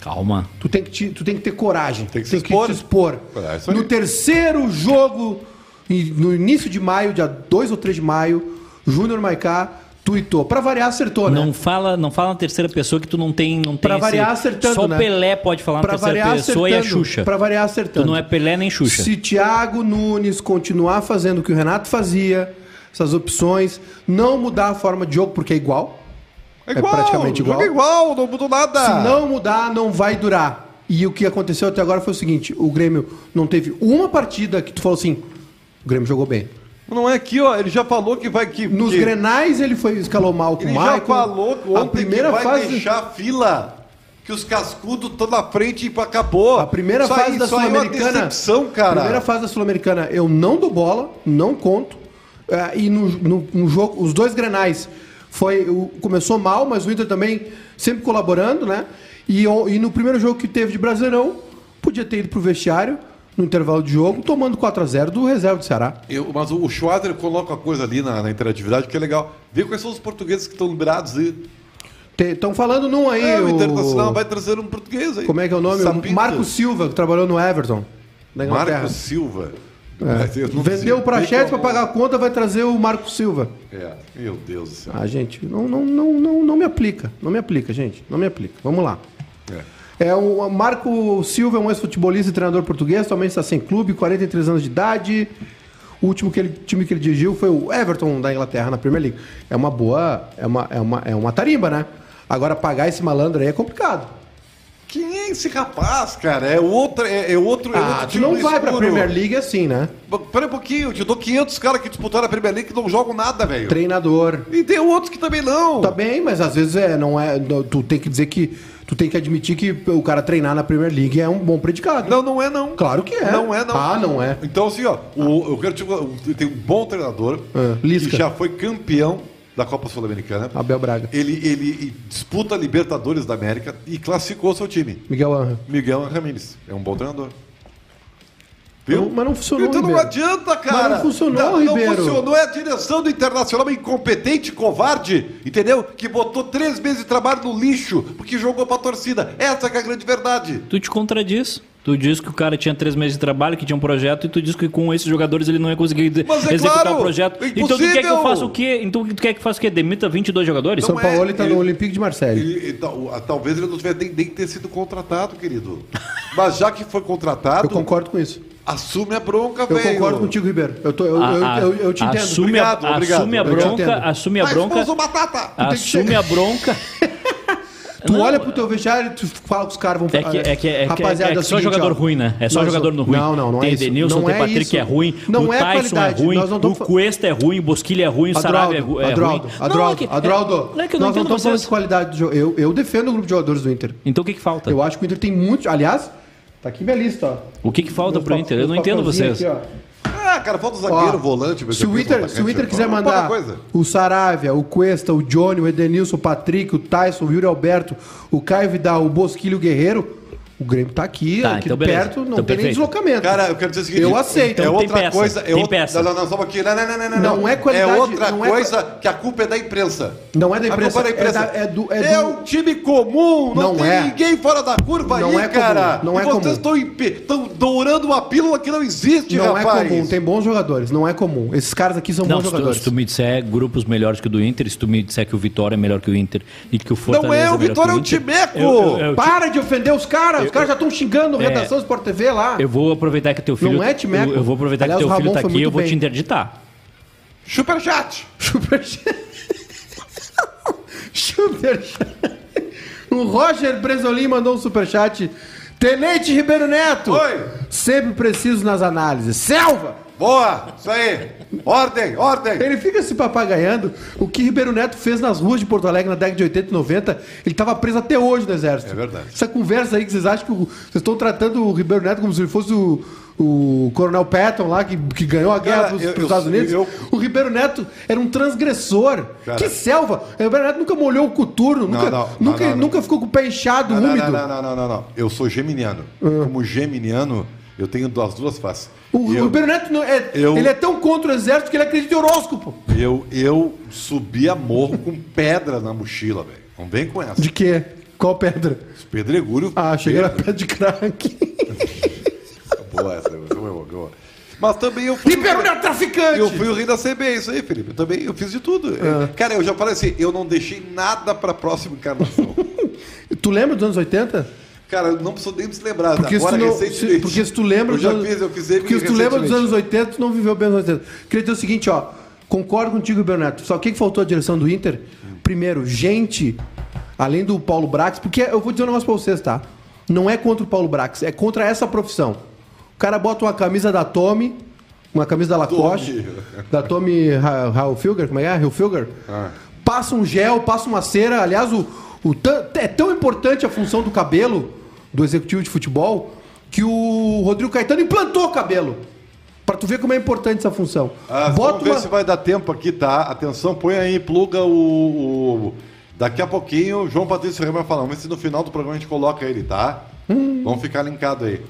Speaker 3: Calma.
Speaker 2: Tu tem que, te- tu tem que ter coragem.
Speaker 1: Tem que se
Speaker 2: tem
Speaker 1: expor.
Speaker 2: te expor.
Speaker 1: É, isso aí.
Speaker 2: no terceiro jogo, e no início de maio, dia 2 ou 3 de maio, Júnior Maicá tuitou. Pra variar, acertou, né?
Speaker 3: Não fala, não fala na terceira pessoa que tu não tem, não tem
Speaker 2: Pra variar, acertando,
Speaker 3: Só o
Speaker 2: né?
Speaker 3: Pelé pode falar na
Speaker 2: Pra
Speaker 3: terceira
Speaker 2: variar,
Speaker 3: pessoa
Speaker 2: acertando.
Speaker 3: e a Xuxa.
Speaker 2: Pra variar, acertando.
Speaker 3: Tu não é Pelé nem Xuxa.
Speaker 2: Se Thiago Nunes continuar fazendo o que o Renato fazia, essas opções, não mudar a forma de jogo, porque é igual. É praticamente
Speaker 1: o jogo
Speaker 2: igual.
Speaker 1: É igual, não mudou nada.
Speaker 2: Se não mudar, não vai durar. E o que aconteceu até agora foi o seguinte: o Grêmio não teve uma partida que tu falou assim, o Grêmio jogou bem.
Speaker 1: Não é aqui, ó. Ele já falou que vai que.
Speaker 2: Nos
Speaker 1: que-
Speaker 2: grenais ele foi escalou mal com o
Speaker 1: Ele
Speaker 2: Michael.
Speaker 1: já falou que
Speaker 2: a
Speaker 1: ontem
Speaker 2: primeira
Speaker 1: que vai
Speaker 2: fase
Speaker 1: deixar a fila. Que os cascudos estão na frente e acabou.
Speaker 2: A primeira
Speaker 1: Isso aí-
Speaker 2: fase da
Speaker 1: isso aí é uma
Speaker 2: Sul-Americana.
Speaker 1: decepção, cara.
Speaker 2: A primeira fase da Sul-Americana eu não dou bola, não conto. É, e no, no- no jogo, os dois grenais foi, o- começou mal, mas o Inter também sempre colaborando, né? E, o- e no primeiro jogo que teve de Brasileirão, podia ter ido pro vestiário no intervalo de jogo, tomando 4 a 0 do reserva do Ceará.
Speaker 1: Eu- mas o Schwader coloca uma coisa ali na, na interatividade que é legal. Vê quais são os portugueses que estão liberados aí.
Speaker 2: Estão falando num aí.
Speaker 1: É, o
Speaker 2: o-
Speaker 1: Internacional vai trazer um português aí.
Speaker 2: Como é que é o nome?
Speaker 1: Sapinto.
Speaker 2: O Marco Silva, que trabalhou no Everton. da Inglaterra. É.
Speaker 1: Marco Silva. Mas eu não
Speaker 2: Vendeu
Speaker 1: sei,
Speaker 2: o Prachete
Speaker 1: tem
Speaker 2: para
Speaker 1: como-
Speaker 2: pagar a conta, vai trazer o Marco Silva.
Speaker 1: É, meu Deus do céu.
Speaker 2: Ah, gente, não, não, não, não, não me aplica. Não me aplica, gente. Não me aplica. Vamos lá. É o Marco Silva é um ex-futebolista e treinador português, atualmente está sem clube, 43 anos de idade. O último que ele- time que ele dirigiu foi o Everton da Inglaterra na Premier League. É uma boa. É uma, é uma, é uma tarimba, né? Agora pagar esse malandro aí é complicado.
Speaker 1: Quem é esse rapaz, cara? É outro, é, é outro, é
Speaker 2: Ah,
Speaker 1: outro
Speaker 2: tu
Speaker 1: time
Speaker 2: não
Speaker 1: do
Speaker 2: vai pra
Speaker 1: escuro.
Speaker 2: Premier League assim, né?
Speaker 1: Pera um pouquinho, eu te dou 500 caras que disputaram a Premier League que não jogam nada, velho.
Speaker 2: Treinador.
Speaker 1: E tem outros que também não.
Speaker 2: Tá bem, mas às vezes é, não é. não- Tu tem que dizer que. Tu tem que admitir que o cara treinar na Premier League é um bom predicado.
Speaker 1: Não, não é não.
Speaker 2: Claro que é.
Speaker 1: Não é não.
Speaker 2: Ah, não é.
Speaker 1: Então assim, ó, o- eu quero te falar, tem um bom treinador
Speaker 2: Ah, Lisca.
Speaker 1: que já foi campeão da Copa Sul-Americana.
Speaker 2: Abel Braga.
Speaker 1: Ele, ele disputa a Libertadores da América e classificou seu time.
Speaker 2: Miguel Anra.
Speaker 1: Miguel Ramírez é um bom treinador.
Speaker 2: Não- mas não funcionou,
Speaker 1: Então não
Speaker 2: Ribeiro.
Speaker 1: adianta, cara.
Speaker 2: Mas não funcionou,
Speaker 1: não,
Speaker 2: Ribeiro.
Speaker 1: Não funcionou. É a direção do Internacional incompetente, covarde, entendeu? Que botou três meses de trabalho no lixo porque jogou pra torcida. Essa que é a grande verdade.
Speaker 3: Tu te contradiz. Tu diz que o cara tinha três meses de trabalho, que tinha um projeto, e tu diz que com esses jogadores ele não ia conseguir de-
Speaker 1: Mas é
Speaker 3: executar
Speaker 1: claro,
Speaker 3: o projeto.
Speaker 1: é
Speaker 3: então tu quer que
Speaker 1: impossível.
Speaker 3: eu faça o quê? Então tu quer que eu faça o quê? Demita 22 jogadores?
Speaker 1: Não
Speaker 2: São Paulo tá
Speaker 1: é,
Speaker 2: no
Speaker 1: ele-
Speaker 2: Olympique de Marseille.
Speaker 1: Ele- ele- tal- a- talvez ele não tivesse nem, nem ter sido contratado, querido. Mas já que foi contratado,
Speaker 2: Eu concordo com isso.
Speaker 1: assume a bronca,
Speaker 2: Eu
Speaker 1: velho.
Speaker 2: concordo contigo, Ribeiro. Eu, tô, eu,
Speaker 3: A-
Speaker 2: eu,
Speaker 3: a-
Speaker 2: eu- eu te entendo.
Speaker 3: Assume,
Speaker 1: Obrigado,
Speaker 3: a,
Speaker 1: obrigado.
Speaker 3: assume a
Speaker 1: Eu te
Speaker 3: bronca,
Speaker 2: entendo. Tá
Speaker 3: assume a
Speaker 1: Mas
Speaker 3: bronca, Ah,
Speaker 1: usou batata.
Speaker 2: que
Speaker 3: assume a bronca.
Speaker 2: Tu
Speaker 3: Não,
Speaker 2: olha pro teu vestiário e tu fala que os caras vão
Speaker 3: É que, é que, é que-
Speaker 2: Rapaziada,
Speaker 3: é que
Speaker 2: o
Speaker 3: só
Speaker 2: seguinte,
Speaker 3: jogador
Speaker 2: ó.
Speaker 3: ruim, né? É só
Speaker 2: Nós-
Speaker 3: jogador no ruim.
Speaker 2: Não, não, não
Speaker 3: tem
Speaker 2: é isso.
Speaker 3: Denilson,
Speaker 2: não
Speaker 3: tem
Speaker 2: é
Speaker 3: Patrick
Speaker 2: isso.
Speaker 3: é ruim,
Speaker 2: Não
Speaker 3: o
Speaker 2: é
Speaker 3: Tyson é
Speaker 2: qualidade.
Speaker 3: ruim,
Speaker 2: Nós não tamo
Speaker 3: o
Speaker 2: fa-
Speaker 3: Cuesta é ruim, o Bosquilha é ruim, o Sarabia é, ru- é
Speaker 2: Adraldo,
Speaker 3: ruim. Não, é
Speaker 2: Adraldo,
Speaker 3: que- é-
Speaker 2: Adraldo.
Speaker 3: Não é que eu não
Speaker 2: Nós não
Speaker 3: entendo
Speaker 2: estamos falando de
Speaker 3: vocês.
Speaker 2: qualidade do jogo. Eu, eu defendo o grupo de jogadores do Inter.
Speaker 3: Então o que que falta?
Speaker 2: Eu acho que o Inter tem muito. Aliás, tá aqui minha lista, ó.
Speaker 3: O que que falta
Speaker 2: Meus
Speaker 3: pro
Speaker 2: pa-
Speaker 3: Inter? Eu
Speaker 2: meus
Speaker 3: não entendo
Speaker 2: papelzinhos
Speaker 3: vocês.
Speaker 2: aqui, ó.
Speaker 1: Ah, cara, falta o zagueiro,
Speaker 2: Ó,
Speaker 1: volante.
Speaker 2: se o,
Speaker 1: meio-campista,
Speaker 2: Inter,
Speaker 1: atacante,
Speaker 2: se o Inter quiser
Speaker 1: pouca
Speaker 2: mandar
Speaker 1: coisa.
Speaker 2: o Saravia, o Cuesta, o Johnny, o Edenilson, o Patrick, o Tyson, o Yuri Alberto, o Caio Vidal, o Bosquilho, o Guerreiro, O Grêmio tá aqui,
Speaker 3: Tá,
Speaker 2: aqui
Speaker 3: então beleza.
Speaker 2: perto, não
Speaker 3: Então
Speaker 2: tem nem
Speaker 3: perfeito.
Speaker 2: deslocamento.
Speaker 1: Cara, eu quero dizer o seguinte.
Speaker 2: Eu aceito.
Speaker 1: é
Speaker 3: Então tem
Speaker 1: outra
Speaker 3: peça,
Speaker 1: coisa. É
Speaker 3: tem
Speaker 1: outra,
Speaker 3: peça.
Speaker 1: Não, não, não, só aqui. Não, não, não, não,
Speaker 2: Não é qualidade,
Speaker 1: É outra
Speaker 2: não é
Speaker 1: coisa que a culpa é da imprensa.
Speaker 2: Não é da imprensa,
Speaker 1: A culpa é da imprensa.
Speaker 2: é da- é do- é
Speaker 1: É
Speaker 2: do-
Speaker 1: um time comum. Não,
Speaker 2: Não
Speaker 1: tem
Speaker 2: é.
Speaker 1: ninguém fora da curva
Speaker 2: Não
Speaker 1: aí,
Speaker 2: é comum,
Speaker 1: cara.
Speaker 2: não
Speaker 1: E
Speaker 2: é
Speaker 1: vocês
Speaker 2: comum.
Speaker 1: estão impe- estão dourando uma pílula que não existe,
Speaker 2: não
Speaker 1: então, rapaz.
Speaker 2: é comum, tem bons jogadores, não é comum. Esses caras aqui são
Speaker 3: Não,
Speaker 2: bons
Speaker 3: se tu,
Speaker 2: jogadores.
Speaker 3: se tu me disser grupos melhores que o do Inter, se tu me disser que o Vitória é melhor que o Inter e que o Fortaleza
Speaker 1: é, o
Speaker 3: melhor
Speaker 1: Vitória
Speaker 3: que
Speaker 1: é um
Speaker 3: Inter,
Speaker 1: timeco!
Speaker 3: eu- eu- eu-
Speaker 2: Para de ofender os caras, os caras já estão xingando
Speaker 3: É.
Speaker 2: redação Sport TV lá.
Speaker 3: Eu vou aproveitar que teu filho.
Speaker 2: Não é timeco.
Speaker 3: Eu, eu vou aproveitar
Speaker 2: Aliás,
Speaker 3: que
Speaker 2: o
Speaker 3: teu filho
Speaker 2: Ramon
Speaker 3: tá
Speaker 2: foi
Speaker 3: aqui e eu
Speaker 2: muito
Speaker 3: vou
Speaker 2: bem.
Speaker 3: te interditar.
Speaker 1: Superchat.
Speaker 2: Superchat. Superchat. O Roger Bresolim mandou um superchat. Tenente Ribeiro Neto.
Speaker 1: Oi.
Speaker 2: Sempre preciso nas análises. Selva!
Speaker 1: Boa. Isso aí. Ordem, ordem.
Speaker 2: Ele fica se papagaiando. O que Ribeiro Neto fez nas ruas de Porto Alegre na década de 80 e 90, ele tava preso até hoje no exército.
Speaker 1: É verdade.
Speaker 2: Essa conversa aí que vocês acham que o- vocês estão tratando o Ribeiro Neto como se ele fosse o, o Coronel Patton lá, que, que ganhou a guerra
Speaker 1: Cara,
Speaker 2: pros,
Speaker 1: eu-
Speaker 2: pros
Speaker 1: eu-
Speaker 2: Estados Unidos.
Speaker 1: eu-
Speaker 2: O Ribeiro Neto era um transgressor.
Speaker 1: Cara.
Speaker 2: Que selva! O Ribeiro Neto nunca molhou o coturno, nunca,
Speaker 1: não, não,
Speaker 2: nunca,
Speaker 1: não, não.
Speaker 2: nunca ficou com o pé inchado,
Speaker 1: Não, não,
Speaker 2: úmido.
Speaker 1: não, não, não, não, não, não. Eu sou geminiano. Como geminiano, eu tenho as duas faces.
Speaker 2: Ah. O,
Speaker 1: E
Speaker 2: o
Speaker 1: eu-
Speaker 2: Ribeiro Neto não- é,
Speaker 1: eu-
Speaker 2: ele é tão contra o exército que ele acredita em horóscopo.
Speaker 1: Eu, eu subia morro com pedra na mochila, velho. Não vem com essa.
Speaker 2: De quê? Qual pedra?
Speaker 1: Pedregulho.
Speaker 2: Ah, cheguei na
Speaker 1: pedra.
Speaker 2: pedra de crack.
Speaker 1: Boa essa, boa, boa, boa. Mas também eu fui.
Speaker 2: Ribeiro Neto traficante!
Speaker 1: Eu fui o rei da CB, isso aí, Felipe. Eu também eu fiz de tudo.
Speaker 2: Ah.
Speaker 1: Cara, eu já falei assim, eu não deixei nada pra próxima encarnação.
Speaker 2: Tu lembra dos anos 80?
Speaker 1: Cara, eu não preciso nem me se lembrar.
Speaker 2: Porque,
Speaker 1: Agora,
Speaker 2: se, tu não-
Speaker 1: recentemente.
Speaker 2: se- porque se tu lembra
Speaker 1: Eu já
Speaker 2: dos anos-
Speaker 1: fiz, eu fiz ele
Speaker 2: Porque se tu lembra dos
Speaker 1: recentemente.
Speaker 2: anos 80, tu não viveu bem os anos 80. Queria dizer o seguinte, ó. Concordo contigo, Bernardo. Só o que que faltou à direção do Inter? Primeiro, gente, além do Paulo Brax, porque eu vou dizer um negócio pra vocês, tá? Não é contra o Paulo Brax, é contra essa profissão. O cara bota uma camisa da Tommy, uma camisa da Lacoste,
Speaker 1: Tommy.
Speaker 2: da Tommy Ra- Hilfiger, como é que é? Hilfiger.
Speaker 1: Ah.
Speaker 2: Passa um gel, passa uma cera. Aliás, o, o tan- é tão importante a função do cabelo do executivo de futebol que o Rodrigo Caetano implantou o cabelo. Pra tu ver como é importante essa função.
Speaker 1: Ah, vamos
Speaker 2: Bota
Speaker 1: ver
Speaker 2: uma...
Speaker 1: se vai dar tempo aqui, tá? Atenção, põe aí, pluga o. o- Daqui a pouquinho o João Patrício Ramos vai falar. Vamos ver se no final do programa a gente coloca ele, tá? Vamos ficar linkado aí.
Speaker 2: Hum.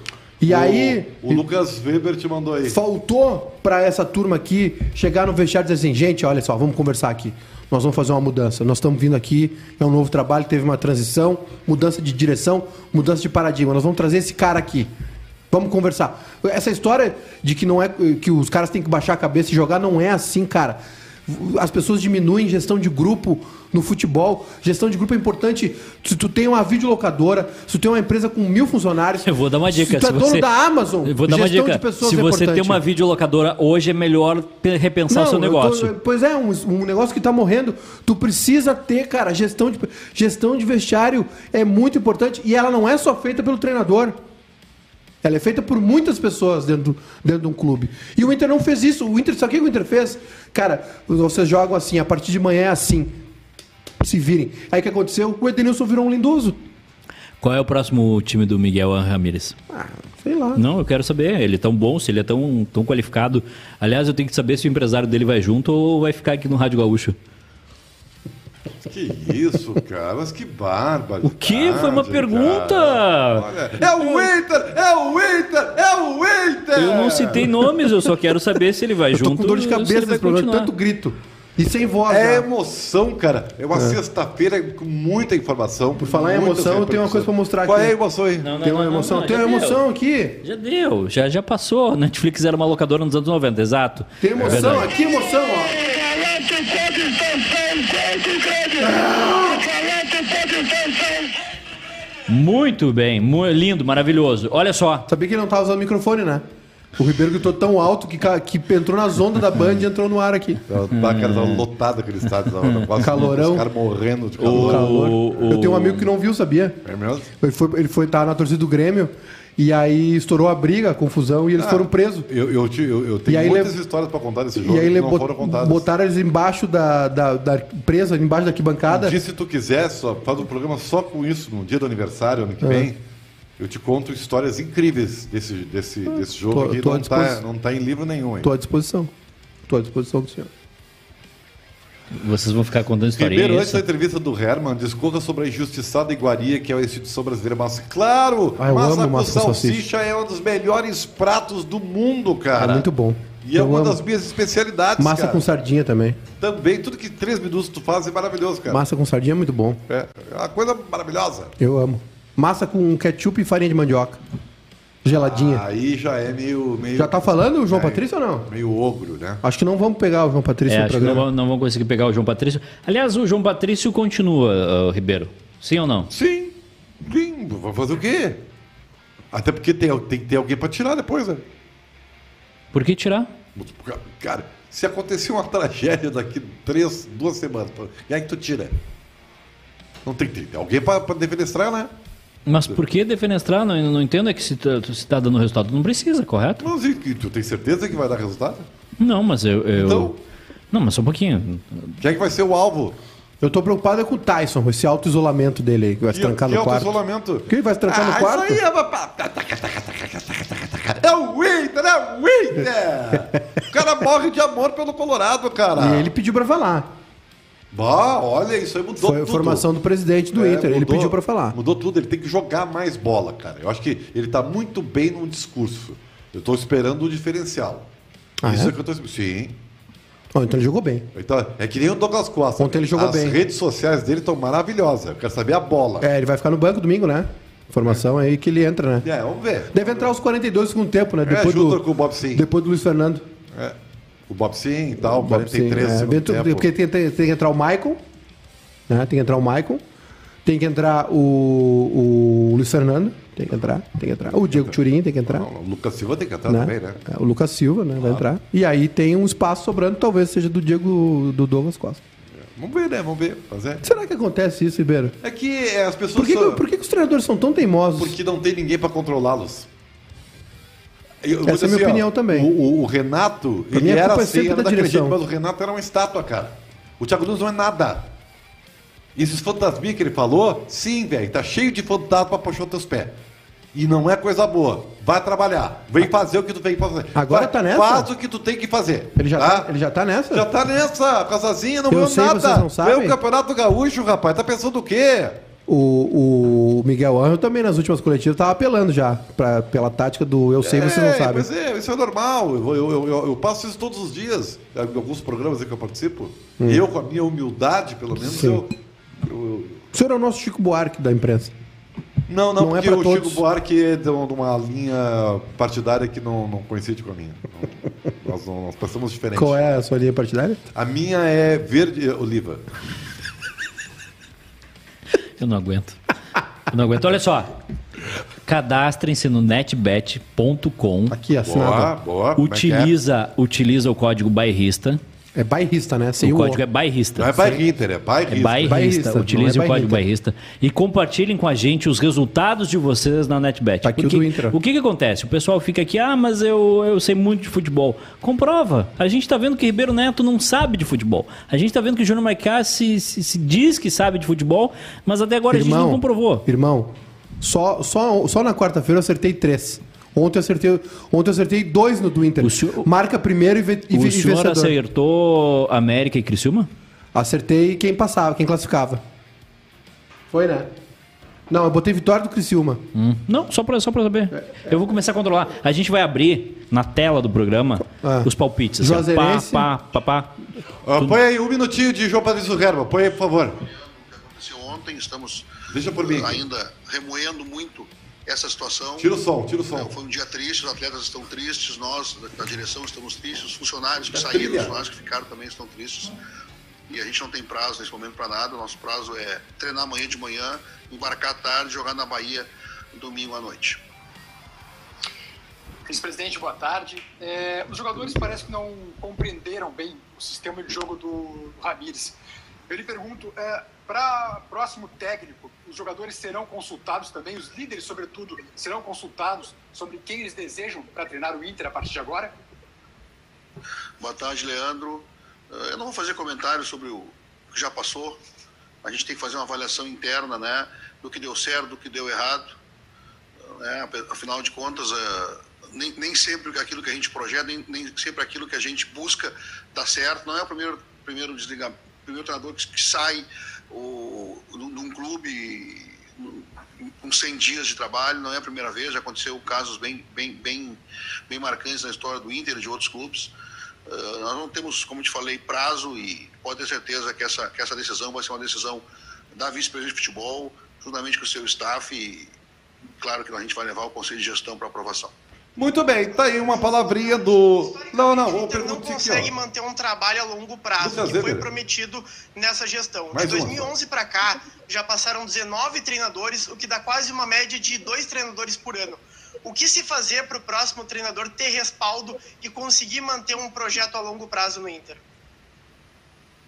Speaker 2: E
Speaker 1: O-
Speaker 2: aí-
Speaker 1: O Lucas Weber te mandou aí.
Speaker 2: Faltou pra essa turma aqui chegar no vestiário e dizer assim, gente, olha só, vamos conversar aqui. Nós vamos fazer uma mudança. Nós estamos vindo aqui, é um novo trabalho, teve uma transição, mudança de direção, mudança de paradigma. Nós vamos trazer esse cara aqui. Vamos conversar. Essa história de que não é que os caras têm que baixar a cabeça e jogar não é assim, cara. As pessoas diminuem gestão de grupo no futebol. Gestão de grupo é importante. Se tu tem uma videolocadora, se tu tem uma empresa com mil funcionários,
Speaker 3: Eu vou dar uma dica.
Speaker 2: Se tu é
Speaker 3: se
Speaker 2: dono
Speaker 3: você-
Speaker 2: da Amazon,
Speaker 3: Eu vou dar uma
Speaker 2: gestão
Speaker 3: dica.
Speaker 2: de pessoas
Speaker 3: se
Speaker 2: é
Speaker 3: você tem
Speaker 2: importante.
Speaker 3: uma videolocadora hoje, é melhor pe- repensar o seu
Speaker 2: eu tô-
Speaker 3: negócio.
Speaker 2: pois é, um, um negócio que tá morrendo. Tu precisa ter, cara, gestão de, gestão de vestiário é muito importante e ela não é só feita pelo treinador. Ela é feita por muitas pessoas dentro, dentro de um clube. E o Inter não fez isso. O Inter, sabe o que o Inter fez? Cara, vocês jogam assim, a partir de manhã é assim. Se virem. Aí o que aconteceu? O Edenilson virou um lindoso.
Speaker 3: Qual é o próximo time do Miguel Ramírez?
Speaker 2: Ah. Sei lá.
Speaker 3: Não, eu quero saber. Ele é tão bom, se ele é tão, tão qualificado. Aliás, eu tenho que saber se o empresário dele vai junto ou vai ficar aqui no Rádio Gaúcho.
Speaker 1: Que isso, cara? Mas que bárbaro.
Speaker 3: O quê?
Speaker 2: Ah,
Speaker 3: Foi uma pergunta!
Speaker 1: É o Inter! É o Inter! É o Inter!
Speaker 3: Eu não citei nomes, eu só quero saber se ele vai
Speaker 2: Eu tô
Speaker 3: junto.
Speaker 2: com dor de
Speaker 3: se ele
Speaker 2: cabeça
Speaker 3: vai
Speaker 2: nesse problema,
Speaker 3: continuar.
Speaker 2: tanto grito. E sem voz.
Speaker 1: É
Speaker 2: já.
Speaker 1: emoção, cara. É uma sexta-feira com muita informação. Por
Speaker 2: falar em emoção, eu tenho uma coisa pra mostrar
Speaker 1: Qual
Speaker 2: aqui.
Speaker 1: é a emoção aí?
Speaker 3: Não, não,
Speaker 2: Tem uma
Speaker 3: não, não,
Speaker 2: emoção.
Speaker 3: não,
Speaker 2: Tem
Speaker 3: já
Speaker 2: uma
Speaker 3: deu.
Speaker 2: emoção aqui.
Speaker 3: Já deu, já, já passou. Netflix era uma locadora nos anos 90, exato.
Speaker 2: Tem
Speaker 1: É
Speaker 2: emoção,
Speaker 3: verdade.
Speaker 2: aqui emoção, ó.
Speaker 4: Calato pode expansão contra o Grêmio. O Calato pode expansão.
Speaker 3: Muito bem, mu- lindo, maravilhoso. Olha só.
Speaker 2: Sabia que ele não tava usando microfone, né? O Ribeiro gritou tão alto que, ca- que entrou nas ondas da Band e entrou no ar aqui.
Speaker 1: Tá, cara, tava lotado aquele estádio. Tava né? quase
Speaker 2: Uhum. Calorão.
Speaker 1: Os caras morrendo de calor.
Speaker 2: Calor.
Speaker 3: o-
Speaker 2: Eu tenho um amigo que não viu, sabia?
Speaker 1: É mesmo?
Speaker 2: Ele foi, ele foi estar na torcida do Grêmio e aí estourou a briga, a confusão,
Speaker 1: Ah.
Speaker 2: e eles foram presos.
Speaker 1: Eu, eu, te- eu, eu
Speaker 2: E
Speaker 1: tenho
Speaker 2: aí
Speaker 1: muitas
Speaker 2: lev-
Speaker 1: histórias pra contar desse jogo
Speaker 2: E aí
Speaker 1: que
Speaker 2: ele
Speaker 1: não
Speaker 2: bot-
Speaker 1: foram contadas.
Speaker 2: botaram eles embaixo da, da, da presa, embaixo da arquibancada.
Speaker 1: Um dia, se tu quiser, só, faz um programa só com isso, no dia do aniversário,
Speaker 2: É.
Speaker 1: ano que vem. Eu te conto histórias incríveis desse, desse, desse jogo
Speaker 2: Ah, tô-
Speaker 1: aqui.
Speaker 2: tô à
Speaker 1: Não tá,
Speaker 2: disposição.
Speaker 1: não tá em livro nenhum aí.
Speaker 2: Tô à disposição. Tô à disposição do senhor.
Speaker 3: Vocês vão ficar contando historinha.
Speaker 1: Ribeiro,
Speaker 3: é
Speaker 1: antes da
Speaker 3: isso?
Speaker 1: entrevista do Herman, discorra sobre a injustiçada iguaria que é a instituição brasileira. Mas, claro,
Speaker 2: Ah, eu
Speaker 1: mas
Speaker 2: amo massa com
Speaker 1: salsicha é um dos melhores pratos do mundo, cara.
Speaker 2: É muito bom.
Speaker 1: E é
Speaker 2: Eu
Speaker 1: uma
Speaker 2: amo.
Speaker 1: das minhas especialidades,
Speaker 2: Massa
Speaker 1: cara.
Speaker 2: com sardinha também.
Speaker 1: Também, tudo que três minutos tu faz é maravilhoso, cara.
Speaker 2: Massa com sardinha é muito bom.
Speaker 1: É é uma coisa maravilhosa.
Speaker 2: Eu amo. Massa com ketchup e farinha de mandioca. Geladinha.
Speaker 1: Aí já é meio... meio
Speaker 2: Já tá falando o João
Speaker 1: É.
Speaker 2: Patrício ou não?
Speaker 1: Meio ogro, né?
Speaker 2: Acho que não vamos pegar o João Patrício
Speaker 3: É,
Speaker 2: no
Speaker 3: acho que não
Speaker 2: programa.
Speaker 3: vão, não vão conseguir pegar o João Patrício. Aliás, o João Patrício continua, ah, Ribeiro. Sim ou não?
Speaker 1: Sim, sim, vai fazer o quê? Até porque tem, tem que ter alguém pra tirar depois, né?
Speaker 3: Por que tirar?
Speaker 1: Cara, se acontecer uma tragédia daqui três, duas semanas, pô, e aí tu tira. Não tem, tem alguém pra, pra defenestrar, né?
Speaker 3: Mas por que defenestrar? Não, não entendo é que se tá, se tá dando resultado, não precisa, correto?
Speaker 1: Mas e, e tu tem certeza que vai dar resultado?
Speaker 3: Não, mas eu. eu-
Speaker 1: Então?
Speaker 3: Não, mas só um pouquinho.
Speaker 1: Quem é que vai ser o alvo?
Speaker 2: Eu tô preocupado é com o Tyson, com esse auto-isolamento dele aí, que vai se
Speaker 1: Que-
Speaker 2: trancar
Speaker 1: que
Speaker 2: no quarto.
Speaker 1: auto-isolamento?
Speaker 2: Que ele vai se trancar no quarto?
Speaker 1: Isso aí é, uma pa- tá, taca, taca, taca, taca, taca, taca. é o Inter, é o Inter! o cara morre de amor pelo Colorado, cara.
Speaker 2: E ele pediu pra falar.
Speaker 1: Bah, olha, isso aí mudou
Speaker 2: Foi a
Speaker 1: tudo.
Speaker 2: formação do presidente do
Speaker 1: É,
Speaker 2: Inter. ele
Speaker 1: mudou-
Speaker 2: pediu pra falar.
Speaker 1: Mudou tudo, ele tem que jogar mais bola, cara. Eu acho que ele tá muito bem no discurso. Eu tô esperando o diferencial.
Speaker 2: Ah,
Speaker 1: Isso
Speaker 2: é?
Speaker 1: é que eu tô esperando. Sim.
Speaker 2: Ó, então ele jogou bem.
Speaker 1: Então, é que nem o Douglas Costa.
Speaker 2: Ontem ele jogou
Speaker 1: As
Speaker 2: bem.
Speaker 1: redes sociais dele estão maravilhosas. Eu quero saber a bola.
Speaker 2: É, ele vai ficar no banco domingo, né? Formação aí que ele entra, né?
Speaker 1: É, vamos ver.
Speaker 2: Deve entrar aos 42 do segundo tempo, né? Depois,
Speaker 1: É, junto
Speaker 2: do,
Speaker 1: com o Bob Sim.
Speaker 2: depois do Luiz Fernando.
Speaker 1: O Bob Sim e tal,
Speaker 2: Bob Sim,
Speaker 1: 43
Speaker 2: é,
Speaker 1: no segundo
Speaker 2: dentro-
Speaker 1: tempo.
Speaker 2: Porque tem, tem- tem que entrar o Michael, né? Tem que entrar o Michael. Tem que entrar o, o Luiz Fernando. Tem que entrar, tem que entrar. O Diego Turin tem que entrar.
Speaker 1: Não, o Lucas Silva tem que entrar
Speaker 2: né?
Speaker 1: também, né? Ah.
Speaker 2: É, O Lucas Silva, né? Vai entrar. E aí tem um espaço sobrando, talvez seja do Diego do Douglas Costa.
Speaker 1: Vamos ver, né? Vamos ver. Mas é.
Speaker 2: Será que acontece isso, Ribeiro?
Speaker 1: é que é, as pessoas.
Speaker 2: Por que,
Speaker 1: são-
Speaker 2: por que que os treinadores são tão teimosos?
Speaker 1: Porque não tem ninguém para controlá-los. Eu- eu vou
Speaker 2: Essa é
Speaker 1: dizer
Speaker 2: minha opinião também.
Speaker 1: O, o- o Renato,
Speaker 2: Pra mim,
Speaker 1: ele
Speaker 2: a
Speaker 1: era
Speaker 2: culpa é
Speaker 1: assim,
Speaker 2: sempre
Speaker 1: era
Speaker 2: da
Speaker 1: daquele
Speaker 2: direção.
Speaker 1: jeito, mas o Renato era uma estátua, cara. O Thiago Nunes não é nada. E esses fantasminhas que ele falou, sim, velho, tá cheio de fantasma pra puxar os teus pés. E não é coisa boa. Vai trabalhar. Vem fazer o que tu tem que fazer.
Speaker 2: Agora
Speaker 1: Vai-
Speaker 2: tá nessa?
Speaker 1: Faz o que tu tem que fazer.
Speaker 2: Ele já,
Speaker 1: tá?
Speaker 2: tá, ele já tá nessa?
Speaker 1: Já tá nessa, Casazinha, não
Speaker 2: Eu
Speaker 1: ganhou
Speaker 2: sei,
Speaker 1: nada.
Speaker 2: vocês não sabem.
Speaker 1: Ganhou o Campeonato Gaúcho, rapaz. Tá pensando o quê?
Speaker 2: O, o Miguel Angel também, nas últimas coletivas, tava apelando já pra, pela tática do eu sei, vocês não
Speaker 1: É,
Speaker 2: sabem.
Speaker 1: Mas é, isso é normal. Eu, eu- eu- eu- eu passo isso todos os dias. Em alguns programas em que eu participo. Eu, com a minha humildade, pelo menos,
Speaker 2: Hum. Sim.
Speaker 1: eu, eu- eu-
Speaker 2: O senhor é o nosso Chico Buarque da imprensa.
Speaker 1: Não, não,
Speaker 2: Não é
Speaker 1: porque
Speaker 2: pra
Speaker 1: o
Speaker 2: todos.
Speaker 1: Chico Buarque é de um- de uma linha partidária que não, não coincide com a minha. Não, nós, não, nós passamos diferente.
Speaker 2: Qual é a sua linha partidária?
Speaker 1: A minha é verde eh, oliva.
Speaker 3: Eu não aguento. Eu não aguento. Olha só. Cadastrem-se no netbet.com.
Speaker 2: Tá Aqui,
Speaker 1: Boa,
Speaker 2: assinada.
Speaker 1: boa. como é que é?
Speaker 3: Utiliza, utiliza o código bairrista.
Speaker 2: É bairrista, né? Sem
Speaker 3: o
Speaker 2: o
Speaker 3: código é bairrista.
Speaker 1: Não é bairriter, é
Speaker 3: É
Speaker 1: bairrista.
Speaker 3: bairrista,
Speaker 2: Bairrista, não é
Speaker 3: utilize o código
Speaker 2: bairrita.
Speaker 3: bairrista e compartilhem com a gente os resultados de vocês na NetBet.
Speaker 2: Tá aqui o
Speaker 3: Porque
Speaker 2: do Intra.
Speaker 3: o que, que acontece? O pessoal fica aqui, ah, mas eu, eu sei muito de futebol. Comprova. A gente tá vendo que Ribeiro Neto não sabe de futebol. A gente tá vendo que o Júnior Maicá se, se, se diz que sabe de futebol, mas até agora a gente não comprovou.
Speaker 2: Irmão, só, só, só na quarta-feira eu acertei três. Ontem eu acertei, ontem eu acertei dois no do Inter.
Speaker 3: O senhor-
Speaker 2: Marca primeiro e, ve, e, ve-
Speaker 3: O
Speaker 2: e
Speaker 3: senhor
Speaker 2: vencedor.
Speaker 3: acertou América e Criciúma?
Speaker 2: Acertei quem passava, quem classificava. Foi, né? Não, eu botei vitória do Criciúma.
Speaker 3: Não, só pra, só pra saber. Eu vou começar a controlar. A gente vai abrir na tela do programa
Speaker 2: Ah.
Speaker 3: os palpites. assim, ó.
Speaker 2: Juazeirense.
Speaker 3: Pá, pá, pá, pá.
Speaker 1: Ah, põe aí um minutinho de João Patrício Herba. Põe aí, por favor.
Speaker 7: aconteceu ontem, estamos
Speaker 1: Deixa por mim.
Speaker 7: ainda remoendo muito essa situação.
Speaker 1: Tira o som, tira o som.
Speaker 7: É, Foi um dia triste, os atletas estão tristes, nós da- da direção estamos tristes, os funcionários que
Speaker 1: Da
Speaker 7: saíram,
Speaker 1: trilha.
Speaker 7: os funcionários que ficaram também estão tristes. E a gente não tem prazo nesse momento para nada, o nosso prazo é treinar amanhã de manhã, embarcar à tarde, jogar na Bahia domingo à noite.
Speaker 8: Vice-presidente, boa tarde. É, os jogadores parece que não compreenderam bem o sistema de jogo do Ramires. Eu lhe pergunto, para próximo técnico, os jogadores serão consultados também, os líderes, sobretudo, serão consultados sobre quem eles desejam para treinar o Inter a partir de agora?
Speaker 7: Boa tarde, Leandro. Eh, Eu não vou fazer comentário sobre o que já passou. A gente tem que fazer uma avaliação interna, né? Do que deu certo, do que deu errado. Né? Ape- Afinal de contas, eh, nem, nem sempre aquilo que a gente projeta, nem, nem sempre aquilo que a gente busca dá certo. Não é o primeiro, primeiro desliga- primeiro treinador que, que sai o, num, num clube num- com 100 dias de trabalho, não é a primeira vez, já aconteceu casos bem, bem, bem, bem marcantes na história do Inter e de outros clubes. Ah, nós não temos, como te falei, prazo e pode ter certeza que essa, que essa decisão vai ser uma decisão da vice-presidente de futebol, juntamente com o seu staff e claro que a gente vai levar o conselho de gestão para aprovação.
Speaker 1: Muito bem, tá aí uma palavrinha do. Não, Então, não, vou
Speaker 8: Inter não
Speaker 1: perguntar aqui,
Speaker 8: consegue
Speaker 1: ó.
Speaker 8: manter um trabalho a longo prazo
Speaker 1: Lucas
Speaker 8: que foi
Speaker 1: Weber.
Speaker 8: prometido nessa gestão.
Speaker 1: Mais
Speaker 8: de
Speaker 1: uma.
Speaker 8: 2011 para cá, já passaram 19 treinadores, o que dá quase uma média de dois treinadores por ano. O que se fazer para o próximo treinador ter respaldo e conseguir manter um projeto a longo prazo no Inter?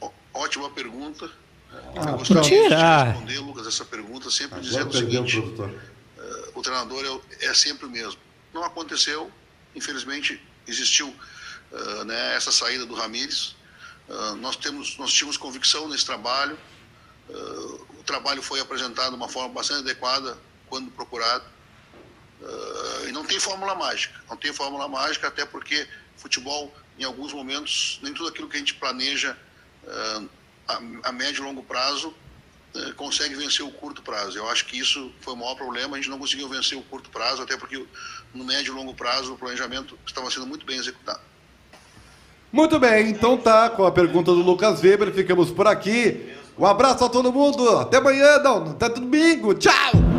Speaker 7: Ó- Ótima pergunta.
Speaker 9: Ah,
Speaker 7: Eu gostaria de
Speaker 3: tira.
Speaker 7: te responder, Lucas, essa pergunta, sempre
Speaker 1: Agora
Speaker 7: dizendo o
Speaker 1: perdemos
Speaker 7: seguinte:
Speaker 1: o produtor.
Speaker 7: o treinador é o- é, sempre o mesmo. Não aconteceu, infelizmente existiu ah, né, essa saída do Ramires. Ah, nós temos, nós tínhamos convicção nesse trabalho. Ah, o trabalho foi apresentado de uma forma bastante adequada quando procurado. Ah, e não tem fórmula mágica, não tem fórmula mágica até porque futebol em alguns momentos nem tudo aquilo que a gente planeja ah, a, a médio e longo prazo eh, consegue vencer o curto prazo. Eu acho que isso foi o maior problema, a gente não conseguiu vencer o curto prazo, até porque no médio e longo prazo o planejamento estava sendo muito bem executado.
Speaker 1: Muito bem, então tá, com a pergunta do Lucas Weber, ficamos por aqui. Um abraço a todo mundo, até amanhã, não, até domingo, tá tchau!